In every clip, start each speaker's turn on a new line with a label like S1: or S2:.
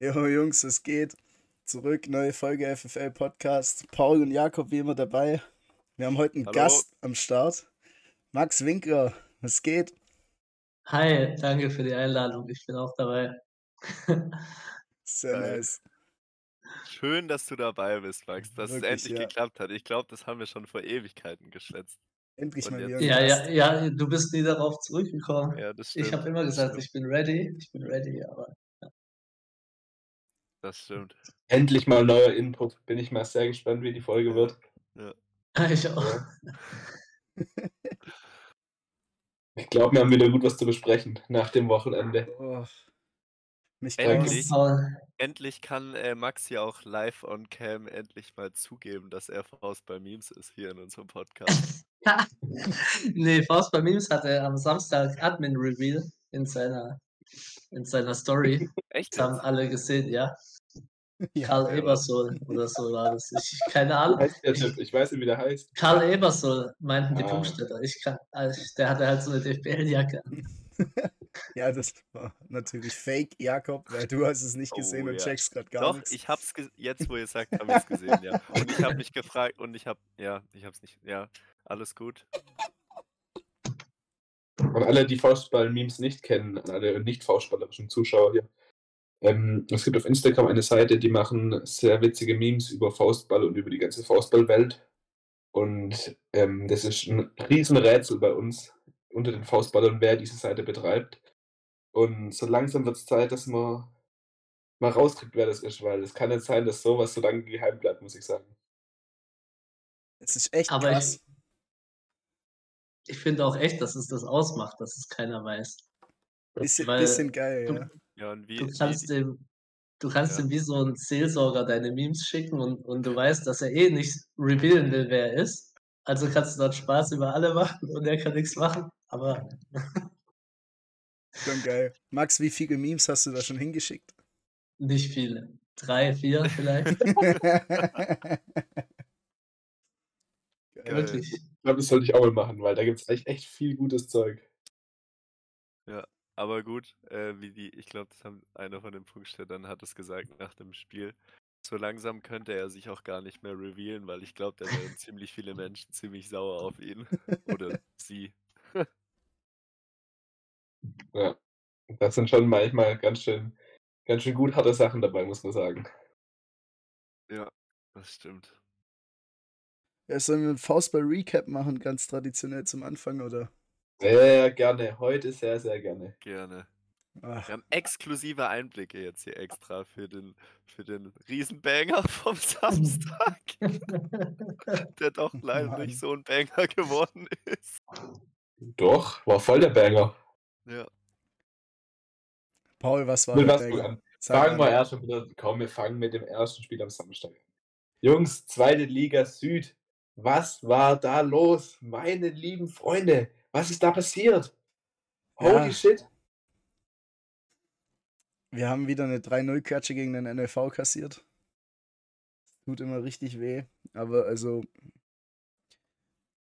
S1: Jo, Jungs, es geht. Zurück, neue Folge FFL Podcast. Paul und Jakob wie immer dabei. Wir haben heute einen
S2: Hallo.
S1: Gast am Start. Max Winkler, es geht.
S3: Hi, danke für die Einladung. Ich bin auch dabei.
S1: Sehr
S2: Geil.
S1: nice.
S2: Schön, dass du dabei bist, Max, dass
S1: Wirklich,
S2: es endlich
S1: ja.
S2: geklappt hat. Ich glaube, das haben wir schon vor Ewigkeiten geschätzt.
S1: Endlich
S2: Und
S1: mal
S2: jetzt-
S1: wieder. ein
S3: Ja,
S1: Gast.
S3: ja, ja, du bist nie darauf zurückgekommen.
S2: Ja, das stimmt.
S3: Ich habe immer
S2: das
S3: gesagt,
S2: stimmt,
S3: ich bin ready, ich bin ready, aber
S2: Das stimmt.
S4: Endlich mal neuer Input. Bin ich mal sehr gespannt, wie die Folge wird.
S3: ich auch.
S4: Ich glaube, wir haben wieder gut was zu besprechen nach dem Wochenende.
S1: Oh. Mich graust.
S2: Endlich.
S3: Voll.
S2: Endlich kann äh, Max ja auch live on cam endlich mal zugeben, dass er Faust bei Memes ist hier in unserem Podcast.
S3: Nee, Faust bei Memes hatte am Samstag Admin Reveal in seiner, in seiner Story.
S2: Echt?
S3: Das haben
S2: jetzt?
S3: alle gesehen, ja.
S1: Ja,
S3: Karl Ebersohl oder so war das. Ich, keine Ahnung.
S4: Heißt der Typ? Ich weiß nicht, wie der heißt.
S3: Karl Ebersohl meinten die
S4: Ah.
S3: Funkstädter. Ich kann, also der hatte halt so eine DFBL-Jacke.
S1: ja, das war natürlich fake, Jakob, weil du hast es nicht
S2: Oh,
S1: gesehen und
S2: ja.
S1: checkst gerade gar
S2: Doch,
S1: nichts.
S2: ich hab's ge- jetzt, wo ihr sagt, habe ich es gesehen, ja. Und ich habe mich gefragt und ich habe, ja, ich hab's nicht, ja, alles gut.
S4: Und alle, die Faustball-Memes nicht kennen, an alle nicht-faustballerischen Zuschauer hier. Ähm, es gibt auf Instagram eine Seite, die machen sehr witzige Memes über Faustball und über die ganze Faustballwelt. Und ähm, das ist ein Riesenrätsel bei uns unter den Faustballern, wer diese Seite betreibt. Und so langsam wird es Zeit, dass man mal rauskriegt, wer das ist, weil es kann nicht sein, dass sowas so lange geheim bleibt, muss ich sagen.
S1: Es ist echt
S3: Aber ich-
S1: krass.
S3: Ich finde auch echt, dass es das ausmacht, dass es keiner weiß.
S1: Bisschen,
S3: weil-
S1: bisschen geil, ja.
S2: Ja, und wie,
S3: Du
S2: wie
S3: kannst dem, du kannst
S2: Ja.
S3: ihm wie so ein Seelsorger deine Memes schicken und, und du weißt, dass er eh nicht revealen will, wer er ist. Also kannst du dort Spaß über alle machen und er kann nichts machen. Aber
S1: Schon geil. Max, wie viele Memes hast du da schon hingeschickt?
S3: nicht viele. Drei, vier vielleicht.
S1: Geil.
S2: Geil.
S3: Wirklich.
S4: Ich glaube, das sollte ich auch mal machen, weil da gibt es echt, echt viel gutes Zeug.
S2: Aber gut, äh, wie die, ich glaube, das haben einer von den Funkstättern hat es gesagt nach dem Spiel. So langsam könnte er sich auch gar nicht mehr revealen, weil ich glaube, da wären ziemlich viele Menschen ziemlich sauer auf ihn. Oder sie.
S4: Ja, das sind schon manchmal ganz schön, ganz schön gut harte Sachen dabei, muss man sagen.
S2: Das stimmt.
S1: Ja, sollen wir einen Faustball-Recap machen, ganz traditionell zum Anfang, oder?
S4: Sehr gerne, heute sehr, sehr gerne.
S2: Gerne.
S1: Ach,
S2: Wir haben exklusive Einblicke jetzt hier extra für den, für den Riesenbanger vom Samstag, der doch leider
S1: Mann.
S2: nicht so ein Banger geworden ist.
S4: Doch, war voll der Banger.
S2: Ja,
S1: Paul, was war
S4: Mit
S1: der
S4: was du
S1: Banger?
S4: an?
S1: Sag
S4: Fangen wir
S1: an.
S4: erst mal wieder, komm, wir fangen mit dem ersten Spiel am Samstag an. Jungs, zweite Liga Süd, was war da los? Meine lieben Freunde, was ist da passiert? Holy
S1: Ja.
S4: shit.
S1: Wir haben wieder eine 3-0-Klatsche gegen den NLV kassiert. Tut immer richtig weh. Aber also,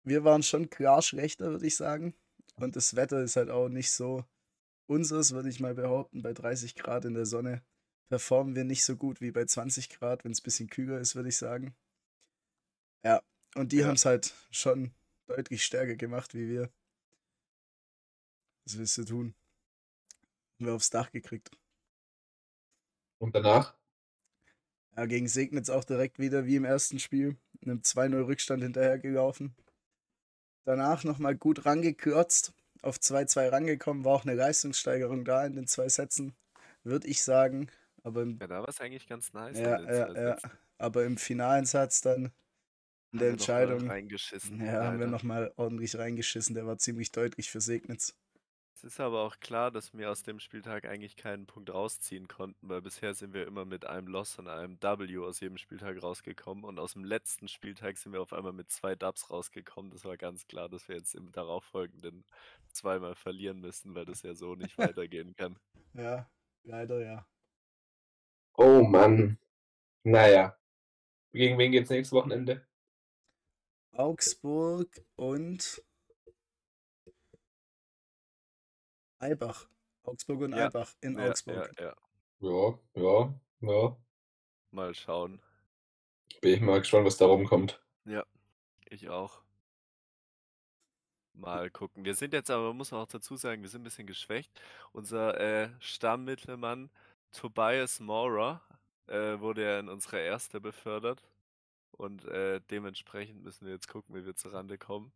S1: wir waren schon klar schlechter, würde ich sagen. Und das Wetter ist halt auch nicht so unseres, würde ich mal behaupten. Bei 30 Grad in der Sonne performen wir nicht so gut wie bei 20 Grad, wenn es ein bisschen kühler ist, würde ich sagen. Ja, und die
S2: Ja.
S1: haben es halt schon deutlich stärker gemacht wie wir. Was willst du tun? Haben wir aufs Dach gekriegt.
S4: Und danach?
S1: Ja, gegen Segnitz auch direkt wieder wie im ersten Spiel. Einem 2-0 Rückstand hinterhergelaufen. Danach nochmal gut rangekürzt. Auf 2-2 rangekommen. War auch eine Leistungssteigerung da in den zwei Sätzen. Würde ich sagen. Aber im,
S2: ja da war es eigentlich ganz nice. in
S1: ja,
S2: den
S1: ja,
S2: zwei
S1: ja.
S2: Sätzen.
S1: aber im finalen Satz dann in der
S2: Haben wir noch mal
S1: Entscheidung.
S2: Reingeschissen,
S1: Ja, haben wir
S2: leider.
S1: nochmal ordentlich reingeschissen. Der war ziemlich deutlich für Segnitz.
S2: Es ist aber auch klar, dass wir aus dem Spieltag eigentlich keinen Punkt rausziehen konnten, weil bisher sind wir immer mit einem Loss und einem W aus jedem Spieltag rausgekommen und aus dem letzten Spieltag sind wir auf einmal mit zwei Dubs rausgekommen. Das war ganz klar, dass wir jetzt im darauffolgenden zweimal verlieren müssen, weil das ja so nicht weitergehen kann.
S1: Ja, leider ja.
S4: Oh Mann. Naja. Gegen wen geht's nächstes Wochenende?
S1: Augsburg und Albach. Augsburg und
S2: Ja,
S1: Albach in
S2: Ja,
S1: Augsburg.
S2: ja, ja.
S4: Ja, ja, ja.
S2: Mal schauen.
S4: Bin ich mal gespannt, was da rumkommt.
S2: Ich auch. Mal gucken. Wir sind jetzt aber, muss man auch dazu sagen, wir sind ein bisschen geschwächt. Unser äh, Stammmittelmann Tobias Maurer äh, wurde ja in unsere erste befördert. Und äh, dementsprechend müssen wir jetzt gucken, wie wir zurande kommen.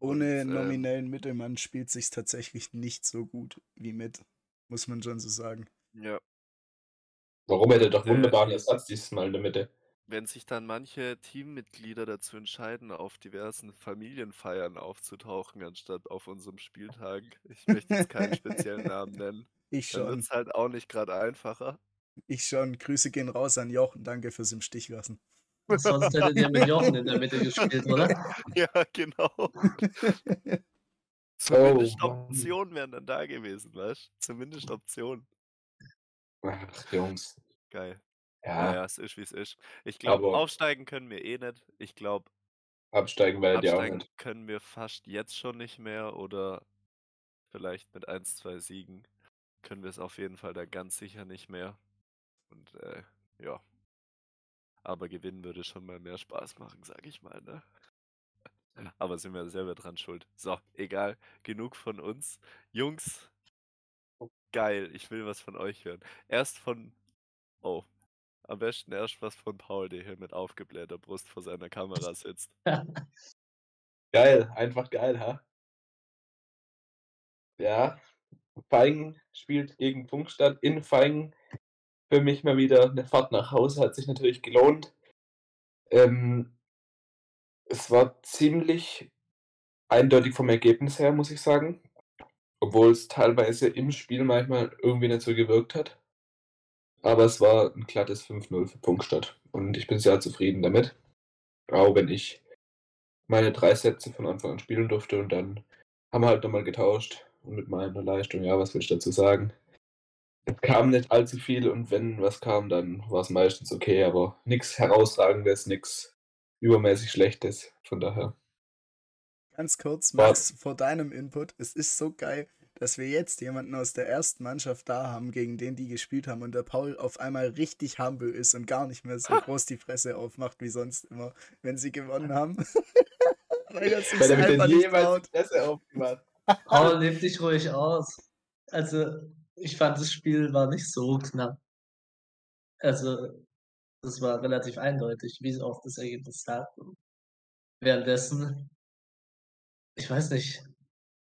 S1: Ohne
S2: Und, ähm,
S1: nominellen Mittelmann spielt sich tatsächlich nicht so gut wie mit, muss man schon so sagen.
S2: Ja.
S4: Warum hätte doch
S2: Äh,
S4: wunderbaren Ersatz dieses Mal in der Mitte?
S2: Wenn sich dann manche Teammitglieder dazu entscheiden, auf diversen Familienfeiern aufzutauchen, anstatt auf unserem Spieltag. Ich möchte jetzt keinen speziellen Namen nennen.
S1: Ich
S2: Dann
S1: schon,
S2: wird es halt auch nicht gerade einfacher.
S1: ich schon. Grüße gehen raus an Jochen, danke fürs im Stich lassen.
S3: Und sonst hättet ihr mit Jochen in der Mitte gespielt, oder?
S2: Ja, genau. Zumindest
S4: Oh, Mann.
S2: Optionen wären dann da gewesen, weißt du? Zumindest Optionen.
S4: Ach, Jungs.
S2: Geil.
S4: Ja,
S2: Naja, es ist wie es ist. Ich glaube,
S4: Aber-
S2: aufsteigen können wir eh nicht. Ich glaube,
S4: absteigen werdet ihr auch
S2: absteigen
S4: nicht.
S2: können wir fast jetzt schon nicht mehr oder vielleicht mit 1, 2 Siegen können wir es auf jeden Fall da ganz sicher nicht mehr. Und äh, ja. Aber gewinnen würde schon mal mehr Spaß machen, sag ich mal, ne? Aber sind wir selber dran schuld. So, egal. Genug von uns. Jungs, geil. Ich will was von euch hören. Erst von. Oh. Am besten erst was von Paul, der hier mit aufgeblähter Brust vor seiner Kamera sitzt.
S4: Geil, einfach geil, ha? Ja, Feigen spielt gegen Funkstadt in Feigen. Für mich mal wieder eine Fahrt nach Hause, hat sich natürlich gelohnt. Ähm, es war ziemlich eindeutig vom Ergebnis her, muss ich sagen. Obwohl es teilweise im Spiel manchmal irgendwie nicht so gewirkt hat. Aber es war ein glattes 5-0 für Funkstadt. Und ich bin sehr zufrieden damit. Auch wenn ich meine drei Sätze von Anfang an spielen durfte und dann haben wir halt nochmal getauscht und mit meiner Leistung, ja, was will ich dazu sagen? Es kam nicht allzu viel und wenn was kam, dann war es meistens okay, aber nichts herausragendes, nichts übermäßig schlechtes, von daher.
S1: Ganz kurz,
S4: Wart-
S1: Max, vor deinem Input. Es ist so geil, dass wir jetzt jemanden aus der ersten Mannschaft da haben, gegen den die gespielt haben und der Paul auf einmal richtig humble ist und gar nicht mehr so groß die Fresse aufmacht wie sonst immer, wenn sie gewonnen haben. Weil er sich
S4: Weil er mit
S1: einfach
S4: den
S1: nicht
S4: jeweils
S1: traut.
S4: die Fresse aufgemacht.
S3: Paul, nehm dich ruhig aus. Also, ich fand, das Spiel war nicht so knapp. Also, das war relativ eindeutig, wie auch das Ergebnis sagt. Währenddessen, ich weiß nicht,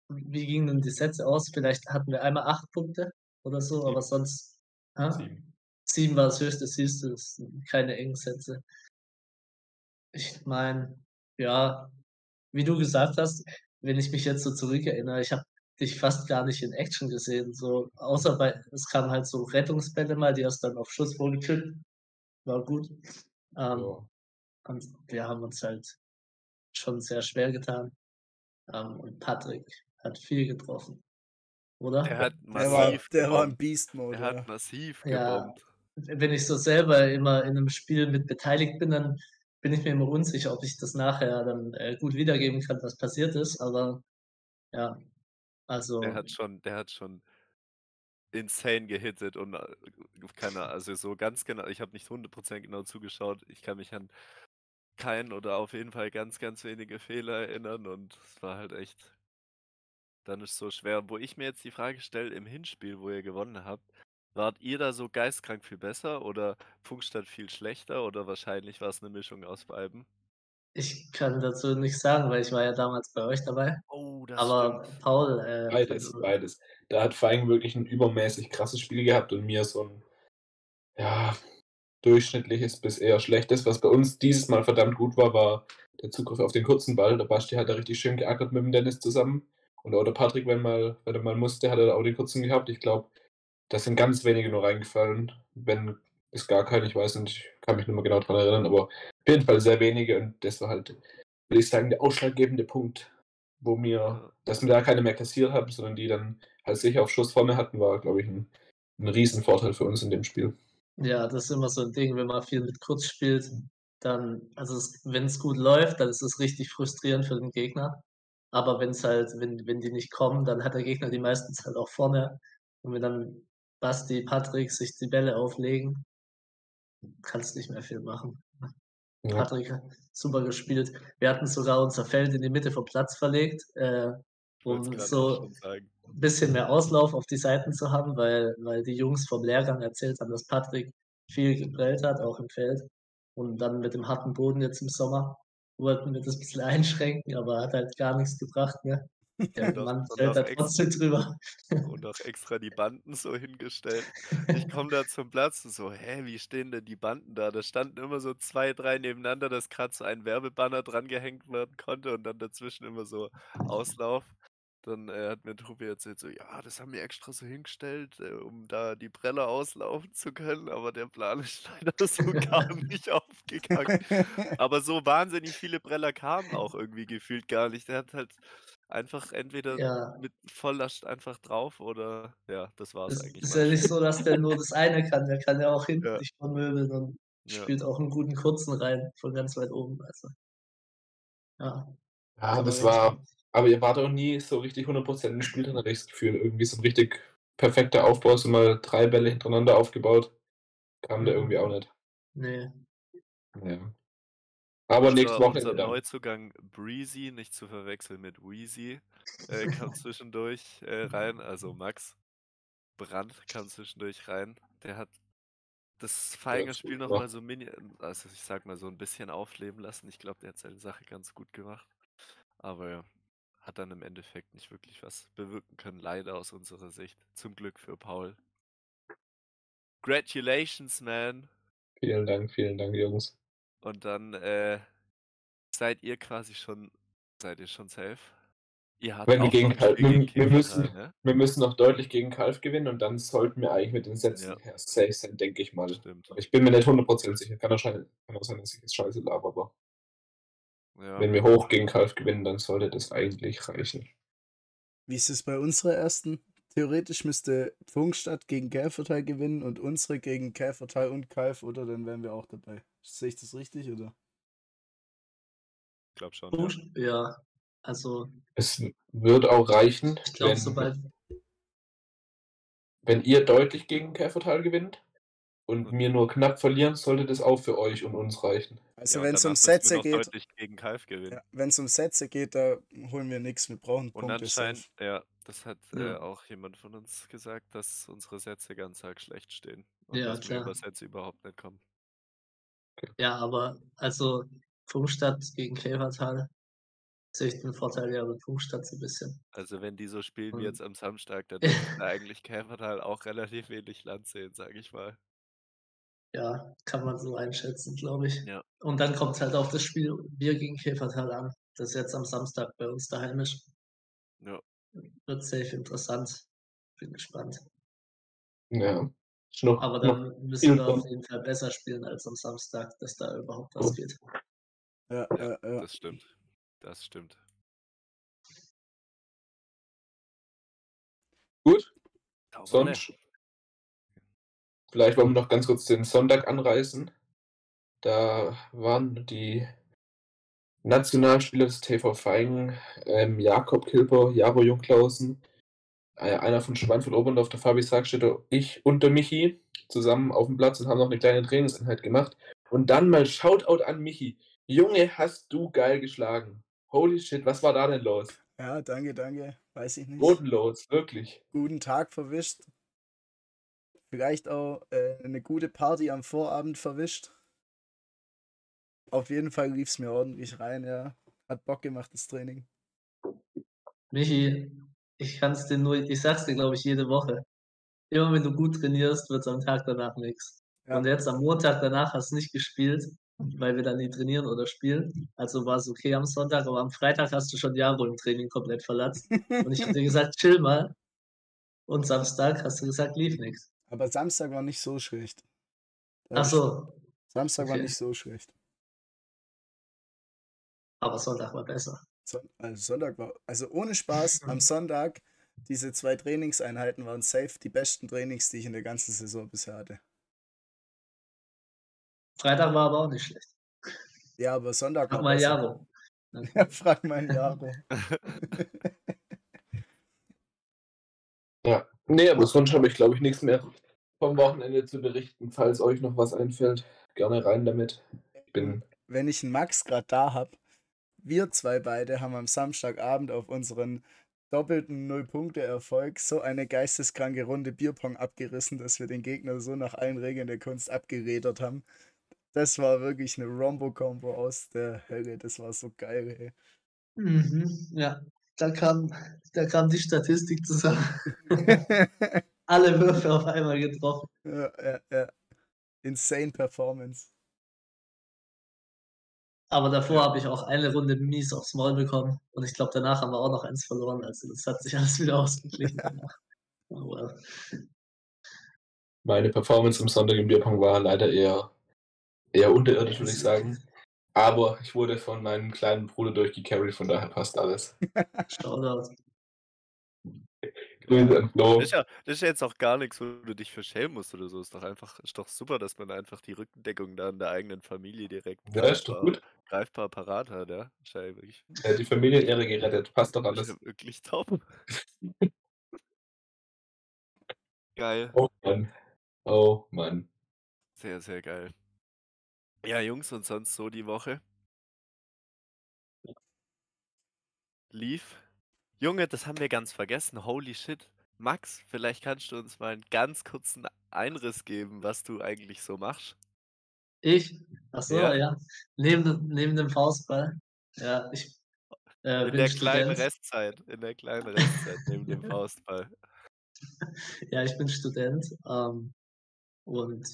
S3: wie gingen denn die Sätze aus? Vielleicht hatten wir einmal acht Punkte oder so, aber sonst. Hä?
S4: Sieben.
S3: Sieben war das höchste, siehst du, es sind keine engen Sätze. Ich meine, ja, wie du gesagt hast, wenn ich mich jetzt so zurückerinnere, ich habe dich fast gar nicht in Action gesehen, so, außer bei, es kamen halt so Rettungsbälle mal, die hast dann auf Schuss gekriegt, war gut. Ähm,
S4: Ja.
S3: und wir haben uns halt schon sehr schwer getan. Ähm, und Patrick hat viel getroffen, oder?
S2: Er hat
S1: Der war,
S2: massiv
S1: der war im
S2: gebombt.
S1: Beast-Mode.
S2: Er hat
S1: ja.
S2: massiv
S3: Ja.
S2: gebombt.
S3: wenn ich so selber immer in einem Spiel mit beteiligt bin, dann bin ich mir immer unsicher, ob ich das nachher dann äh, gut wiedergeben kann, was passiert ist. Aber ja, also
S2: Der hat schon, der hat schon insane gehittet und äh, keine, also so ganz genau, ich habe nicht 100% genau zugeschaut. Ich kann mich an keinen oder auf jeden Fall ganz, ganz wenige Fehler erinnern und es war halt echt, dann ist so schwer. Wo ich mir jetzt die Frage stelle, im Hinspiel, wo ihr gewonnen habt, wart ihr da so geistkrank viel besser oder Funkstadt viel schlechter oder wahrscheinlich war es eine Mischung aus beiden?
S3: ich kann dazu nichts sagen, weil ich war ja damals bei euch dabei.
S2: Oh, das
S3: Aber Paul, äh,
S4: Beides,
S3: also,
S4: beides. Da hat Feigen wirklich ein übermäßig krasses Spiel gehabt und mir so ein, ja, durchschnittliches bis eher schlechtes. Was bei uns dieses Mal verdammt gut war, war der Zugriff auf den kurzen Ball. Der Basti hat da richtig schön geackert mit dem Dennis zusammen. Und auch der Patrick, wenn, mal, wenn er mal musste, hat er da auch den kurzen gehabt. Ich glaube, da sind ganz wenige nur reingefallen. Wenn es gar keinen, ich weiß nicht, ich kann mich nicht mehr genau dran erinnern, aber auf jeden Fall sehr wenige. Und das war halt, würde ich sagen, der ausschlaggebende Punkt, wo mir
S2: Ja.
S4: dass wir da keine mehr kassiert haben, sondern die dann halt sicher auf Schuss vorne hatten, war, glaube ich, ein, ein Riesenvorteil für uns in dem Spiel.
S3: ja, das ist immer so ein Ding, wenn man viel mit kurz spielt, dann, also wenn es gut läuft, dann ist es richtig frustrierend für den Gegner. Aber wenn es halt, wenn, wenn die nicht kommen, dann hat der Gegner die meistens halt auch vorne. Und wenn dann Basti, Patrick sich die Bälle auflegen, kannst nicht mehr viel machen.
S4: Ja.
S3: Patrick, super gespielt. Wir hatten sogar unser Feld in die Mitte vom Platz verlegt, äh,
S2: Wollt's
S3: um
S2: grad
S3: so
S2: auch schon sagen.
S3: ein bisschen mehr Auslauf auf die Seiten zu haben, weil, weil die Jungs vom Lehrgang erzählt haben, dass Patrick viel geprellt hat, auch im Feld. Und dann mit dem harten Boden jetzt im Sommer wollten wir das ein bisschen einschränken, aber hat halt gar nichts gebracht. Ne? Der
S2: Und auf-
S3: Mann
S2: und
S3: fällt
S2: auf
S3: da
S2: Ex-
S3: trotzdem drüber.
S2: Und auch extra die Banden so hingestellt. Ich komme da zum Platz und so, hä, wie stehen denn die Banden da? Da standen immer so zwei, drei nebeneinander, dass gerade so ein Werbebanner dran gehängt werden konnte und dann dazwischen immer so Auslauf. Dann äh, hat mir Tobi erzählt, so, ja, das haben wir extra so hingestellt, äh, um da die Brille auslaufen zu können, aber der Plan ist leider so gar nicht aufgegangen. Aber so wahnsinnig viele Breller kamen auch irgendwie gefühlt gar nicht. Der hat halt einfach entweder
S3: Ja,
S2: mit Volllast einfach drauf oder ja, das war's
S3: es
S2: eigentlich.
S3: ist ja
S2: mein
S3: nicht
S2: Spiel.
S3: so, dass der nur das eine kann. Der kann ja auch hinten
S2: Ja.
S3: nicht vermöbeln und
S2: Ja.
S3: spielt auch einen guten kurzen rein von ganz weit oben. Also, ja,
S4: Ja,
S3: kann man
S4: das
S3: nichts
S4: war,
S3: machen.
S4: aber ihr wart doch nie so richtig 100% im Spiel drin, hatte ich das Gefühl. Irgendwie so ein richtig perfekter Aufbau, so mal drei Bälle hintereinander aufgebaut. Kam
S2: Mhm.
S4: da irgendwie auch nicht.
S3: Nee.
S4: Ja. Aber
S2: Das
S4: nächstes
S2: war unser
S4: Wochenende dann.
S2: Neuzugang Breezy, nicht zu verwechseln mit Wheezy, äh, kam zwischendurch äh, rein. Also Max Brandt kam zwischendurch rein. Der hat das Feigerspiel
S4: gut
S2: nochmal so mini, also ich sag mal so ein bisschen aufleben lassen. Ich glaube, der hat seine Sache ganz gut gemacht. Aber ja, hat dann im Endeffekt nicht wirklich was bewirken können, leider aus unserer Sicht. Zum Glück für Paul. Congratulations, man.
S4: Vielen Dank, vielen Dank, Jungs.
S2: Und dann äh, seid ihr quasi schon, seid ihr schon safe. Ihr habt
S4: Wenn wir
S2: auch
S4: gegen
S2: noch ein
S4: Kal-
S2: Spiel
S4: wir-
S2: gegen
S4: wir
S2: Kevin
S4: müssen-
S2: Hall, ne?
S4: Wir müssen noch deutlich gegen Kalf gewinnen und dann sollten wir eigentlich mit den Sätzen her safe sein, denke ich mal.
S2: Stimmt.
S4: Ich bin mir nicht 100% sicher. Kann auch, schei- kann auch sein, dass ich jetzt scheiße laber, aber
S2: Ja.
S4: wenn wir hoch gegen Kalf gewinnen, dann sollte das eigentlich reichen.
S1: Wie ist es bei unserer ersten? Theoretisch müsste Funkstadt gegen Käfertal gewinnen und unsere gegen Käfertal und Kalf, oder dann wären wir auch dabei. Sehe ich das richtig, oder?
S2: Ich glaube schon. Ja.
S3: Buch- Ja, also
S4: Es wird auch reichen,
S3: ich glaube,
S4: wenn,
S3: sobald
S4: wenn ihr deutlich gegen Käfertal gewinnt und wir nur knapp verlieren, sollte das auch für euch und uns reichen.
S1: Also
S2: Ja, und
S1: wenn es
S2: danach
S1: um
S2: müssen wir
S1: Sätze
S2: noch
S1: geht,
S2: Deutlich gegen Kalf gewinnen.
S1: ja, wenn es um Sätze geht, da holen wir nichts. Wir brauchen
S2: Und
S1: Punkte. safe.
S2: anscheinend, ja, das hat
S3: Ja.
S2: äh, auch jemand von uns gesagt, dass unsere Sätze ganz arg schlecht stehen. Und
S3: Ja,
S2: dass wir
S3: klar.
S2: über Sätze überhaupt nicht kommen.
S3: Ja, aber also Funkstadt gegen Käfertal sehe ich den Vorteil ja mit Funkstadt so ein bisschen.
S2: Also wenn die so spielen wie
S3: Und-
S2: jetzt am Samstag, dann dürften da eigentlich Käfertal auch relativ wenig Land sehen, sage ich mal.
S3: Ja, kann man so einschätzen, glaube ich.
S2: Ja.
S3: Und dann kommt es halt auf das Spiel wir gegen Käfertal an, das jetzt am Samstag bei uns daheim ist.
S2: Ja.
S3: Wird safe interessant. Bin gespannt.
S4: Ja. Ist noch,
S3: Aber
S4: noch,
S3: dann müssen wir auf
S4: drin.
S3: jeden Fall besser spielen als am Samstag, dass da überhaupt was geht.
S1: Ja,
S2: Ja,
S1: ja, ja.
S2: Das stimmt. Das stimmt.
S4: gut.
S2: Sauber,
S4: Sonst, vielleicht wollen wir noch ganz kurz den Sonntag anreißen. Da waren die Nationalspieler des TV Feigen, ähm, Jakob Kilper, Jabo Jungklausen, äh, einer von Schweinfurt Oberndorf, der Fabi Sargstädter, ich und der Michi zusammen auf dem Platz und haben noch eine kleine Trainingseinheit gemacht. Und dann mal Shoutout an Michi. Junge, hast du geil geschlagen. Holy shit, was war da denn los?
S1: ja, danke, danke. Weiß ich nicht.
S4: Bodenlos, wirklich.
S1: Guten Tag verwischt. Vielleicht auch äh, eine gute Party am Vorabend verwischt. Auf jeden Fall lief es mir ordentlich rein, ja. Hat Bock gemacht, das Training.
S3: Michi, ich kann's dir nur, ich sag's dir, glaube ich, jede Woche. Immer wenn du gut trainierst, wird's am Tag danach nichts.
S1: Ja.
S3: Und jetzt am Montag danach hast du nicht gespielt, weil wir dann nie trainieren oder spielen. Also war's okay am Sonntag, aber am Freitag hast du schon Jaro im Training komplett verlatzt. Und ich hab dir gesagt, chill mal. Und Samstag hast du gesagt, lief nichts.
S1: Aber Samstag war nicht so schlecht. Da
S3: Ach
S1: ist-
S3: so,
S1: Samstag war
S3: okay.
S1: nicht so schlecht.
S3: aber Sonntag war besser.
S1: Son also Sonntag war, also ohne Spaß, am Sonntag, diese zwei Trainingseinheiten waren safe die besten Trainings, die ich in der ganzen Saison bisher hatte.
S3: Freitag war aber auch nicht schlecht.
S1: Ja, aber Sonntag
S3: Mach
S1: war
S3: mal
S1: besser.
S3: Jaro.
S1: Ja, frag mal Jaro.
S2: ne?
S4: Ja, Nee, aber sonst habe ich, glaube ich, nichts mehr vom Wochenende zu berichten. Falls euch noch was einfällt, gerne rein damit. Ich bin
S1: wenn ich einen Max gerade da habe, wir zwei beide haben am Samstagabend auf unseren doppelten Null-Punkte-Erfolg so eine geisteskranke Runde Bierpong abgerissen, dass wir den Gegner so nach allen Regeln der Kunst abgerädert haben. Das war wirklich eine Rombo-Combo aus der Hölle. Das war so geil, ey.
S3: Mhm, ja, da kam, da kam die Statistik zusammen. Alle Würfe auf einmal getroffen.
S1: ja, ja, ja. Insane Performance.
S3: Aber davor habe ich auch eine Runde mies aufs Maul bekommen. Und ich glaube, danach haben wir auch noch eins verloren. Also das hat sich alles wieder ausgeglichen. Oh gemacht. Aber
S4: Meine Performance am Sonntag im Bierpong war leider eher, eher unterirdisch, würde ich sagen. Aber ich wurde von meinem kleinen Bruder durchgecarried, von daher passt alles.
S3: Shoutout.
S4: Grüße an Flo.
S2: Das ist, ja, das ist ja jetzt auch gar nichts, wo du dich für schämen musst oder so. Ist doch einfach, ist doch super, dass man einfach die Rückendeckung da in der eigenen Familie direkt äh,
S4: Ja, ist doch gut.
S2: greifbar parat hat, ja. Ist ja wirklich,
S4: Er hat die Familienehre gerettet. Passt doch
S2: ist
S4: alles.
S2: ja wirklich top. geil.
S4: Oh Mann. Oh Mann.
S2: Sehr, sehr geil. Ja, Jungs, und sonst so die Woche? Lief. Junge, das haben wir ganz vergessen. Holy shit. Max, vielleicht kannst du uns mal einen ganz kurzen Einriss geben, was du eigentlich so machst.
S3: Ich? Achso,
S2: Ja.
S3: ja. ja. Neben, dem- neben dem Faustball. Ja, ich äh,
S2: In
S3: bin
S2: der kleinen
S3: Student.
S2: Restzeit. In der kleinen Restzeit neben dem Faustball.
S3: Ja, ich bin Student ähm, und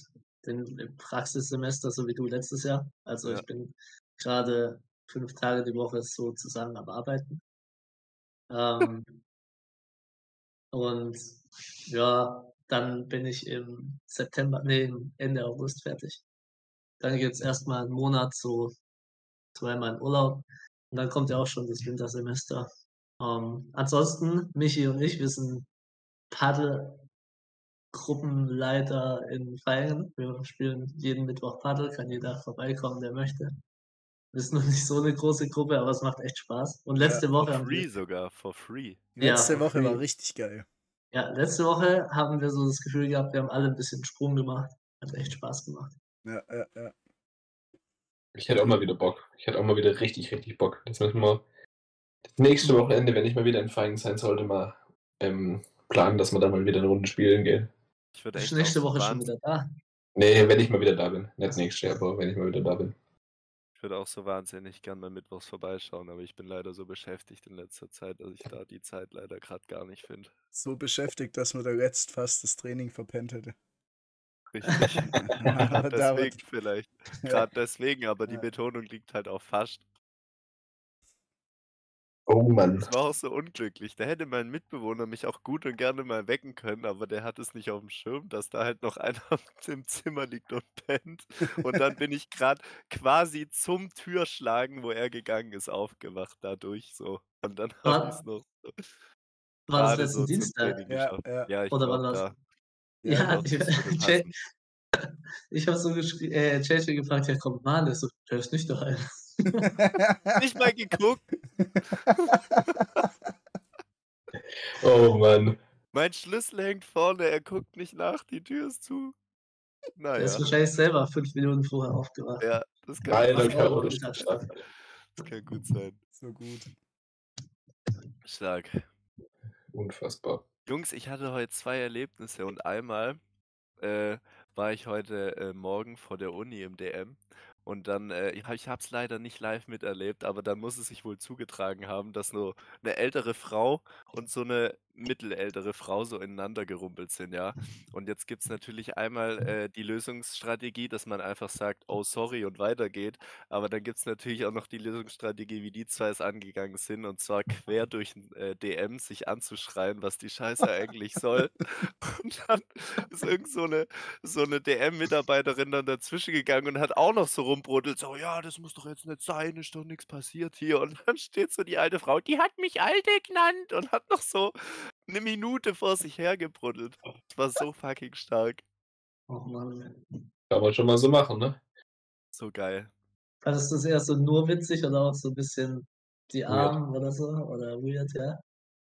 S3: bin im Praxissemester, so wie du letztes Jahr. Also
S2: Ja.
S3: ich bin gerade fünf Tage die Woche sozusagen am Arbeiten. Ähm, und ja, dann bin ich im September, nee, im Ende August fertig. Dann geht's erstmal einen Monat so zweimal in Urlaub. Und dann kommt ja auch schon das Wintersemester. Ähm, ansonsten, Michi und ich, wir sind Paddelgruppenleiter in Feigen. Wir spielen jeden Mittwoch Paddel, kann jeder vorbeikommen, der möchte. Wir sind noch nicht so eine große Gruppe, aber es macht echt Spaß. Und
S1: Ja,
S3: letzte Woche
S2: For
S3: haben
S2: free
S3: wir,
S2: sogar. For free.
S3: Ja,
S1: Letzte Woche war
S3: okay.
S1: richtig geil.
S3: ja, letzte Woche haben wir so das Gefühl gehabt, wir haben alle ein bisschen Sprung gemacht. Hat echt Spaß gemacht.
S1: Ja, ja, ja.
S4: Ich hätte auch mal wieder Bock. Ich hätte auch mal wieder richtig, richtig Bock. Das müssen wir das nächste Wochenende, wenn ich mal wieder in Feigen sein sollte, mal ähm, planen, dass wir dann mal wieder eine Runde spielen gehen.
S2: Ich würde
S3: Ist
S2: echt
S3: nächste
S2: auch
S3: Woche schon
S2: Wahnsinn-
S3: wieder da.
S4: Nee, wenn ich mal wieder da bin. Nicht nächste, aber wenn ich mal wieder da bin.
S2: Ich würde auch so wahnsinnig gern mal mittwochs vorbeischauen, aber ich bin leider so beschäftigt in letzter Zeit, dass ich da die Zeit leider gerade gar nicht finde.
S1: So beschäftigt, dass man da jetzt fast das Training verpennt hätte.
S2: Richtig.
S1: Aber da wird-
S2: deswegen vielleicht.
S1: Ja.
S2: Gerade deswegen, aber die
S1: Ja.
S2: Betonung liegt halt auf fast.
S4: Oh Mann.
S2: Das war auch so unglücklich. Da hätte mein Mitbewohner mich auch gut und gerne mal wecken können, aber der hat es nicht auf dem Schirm, dass da halt noch einer im Zimmer liegt und pennt. Und dann bin ich gerade quasi zum Türschlagen, wo er gegangen ist, aufgewacht dadurch so. Und dann habe ich es noch
S3: War das
S2: gerade
S3: letzten
S2: so zum
S3: Dienstag?
S2: Training
S1: ja,
S2: geschafft.
S1: ja,
S2: Ja, ich
S3: Oder wann
S2: glaube
S3: war's?
S2: da.
S3: Ja,
S2: doch,
S3: ich,
S2: das würde
S3: ich,
S2: passen.
S3: ich habe so geschrieben, äh, JJ gefragt, ja kommt mal, an. der so, der ist nicht daheim.
S2: Nicht mal geguckt.
S4: Oh Mann.
S2: Mein Schlüssel hängt vorne, er guckt nicht nach, die Tür ist zu.
S3: Der
S2: Naja,
S3: ist wahrscheinlich selber fünf Minuten vorher aufgewacht.
S2: Ah, ja, das kann, das
S4: Nein, dann
S3: das
S4: kann
S3: auch
S2: kann,
S4: man
S3: mal
S4: das
S3: wieder
S4: nicht schaffen.
S2: das kann gut sein.
S1: so gut.
S2: Stark.
S4: Unfassbar.
S2: Jungs, ich hatte heute zwei Erlebnisse und einmal äh, war ich heute äh, Morgen vor der Uni im DM und dann, äh, ich hab- ich habe es leider nicht live miterlebt, aber dann muss es sich wohl zugetragen haben, dass nur eine ältere Frau und so eine mittelältere Frau so ineinander gerumpelt sind, ja. Und jetzt gibt es natürlich einmal äh, die Lösungsstrategie, dass man einfach sagt, oh sorry und weitergeht, aber dann gibt es natürlich auch noch die Lösungsstrategie, wie die zwei es angegangen sind, und zwar quer durch den äh, DM sich anzuschreien, was die Scheiße eigentlich soll. Und dann ist irgend so eine, so eine DM-Mitarbeiterin dann dazwischen gegangen und hat auch noch so rumbrodelt, so, ja, das muss doch jetzt nicht sein, ist doch nichts passiert hier. Und dann steht so die alte Frau, die hat mich Alte genannt und hat noch so eine Minute vor sich hergebruddelt. Das war so fucking stark.
S3: Oh Mann.
S4: Kann man schon mal so machen, ne?
S2: So geil.
S3: Fandest du das eher so nur witzig oder auch so ein bisschen die
S4: Weird.
S3: Armen oder so? Oder weird, ja?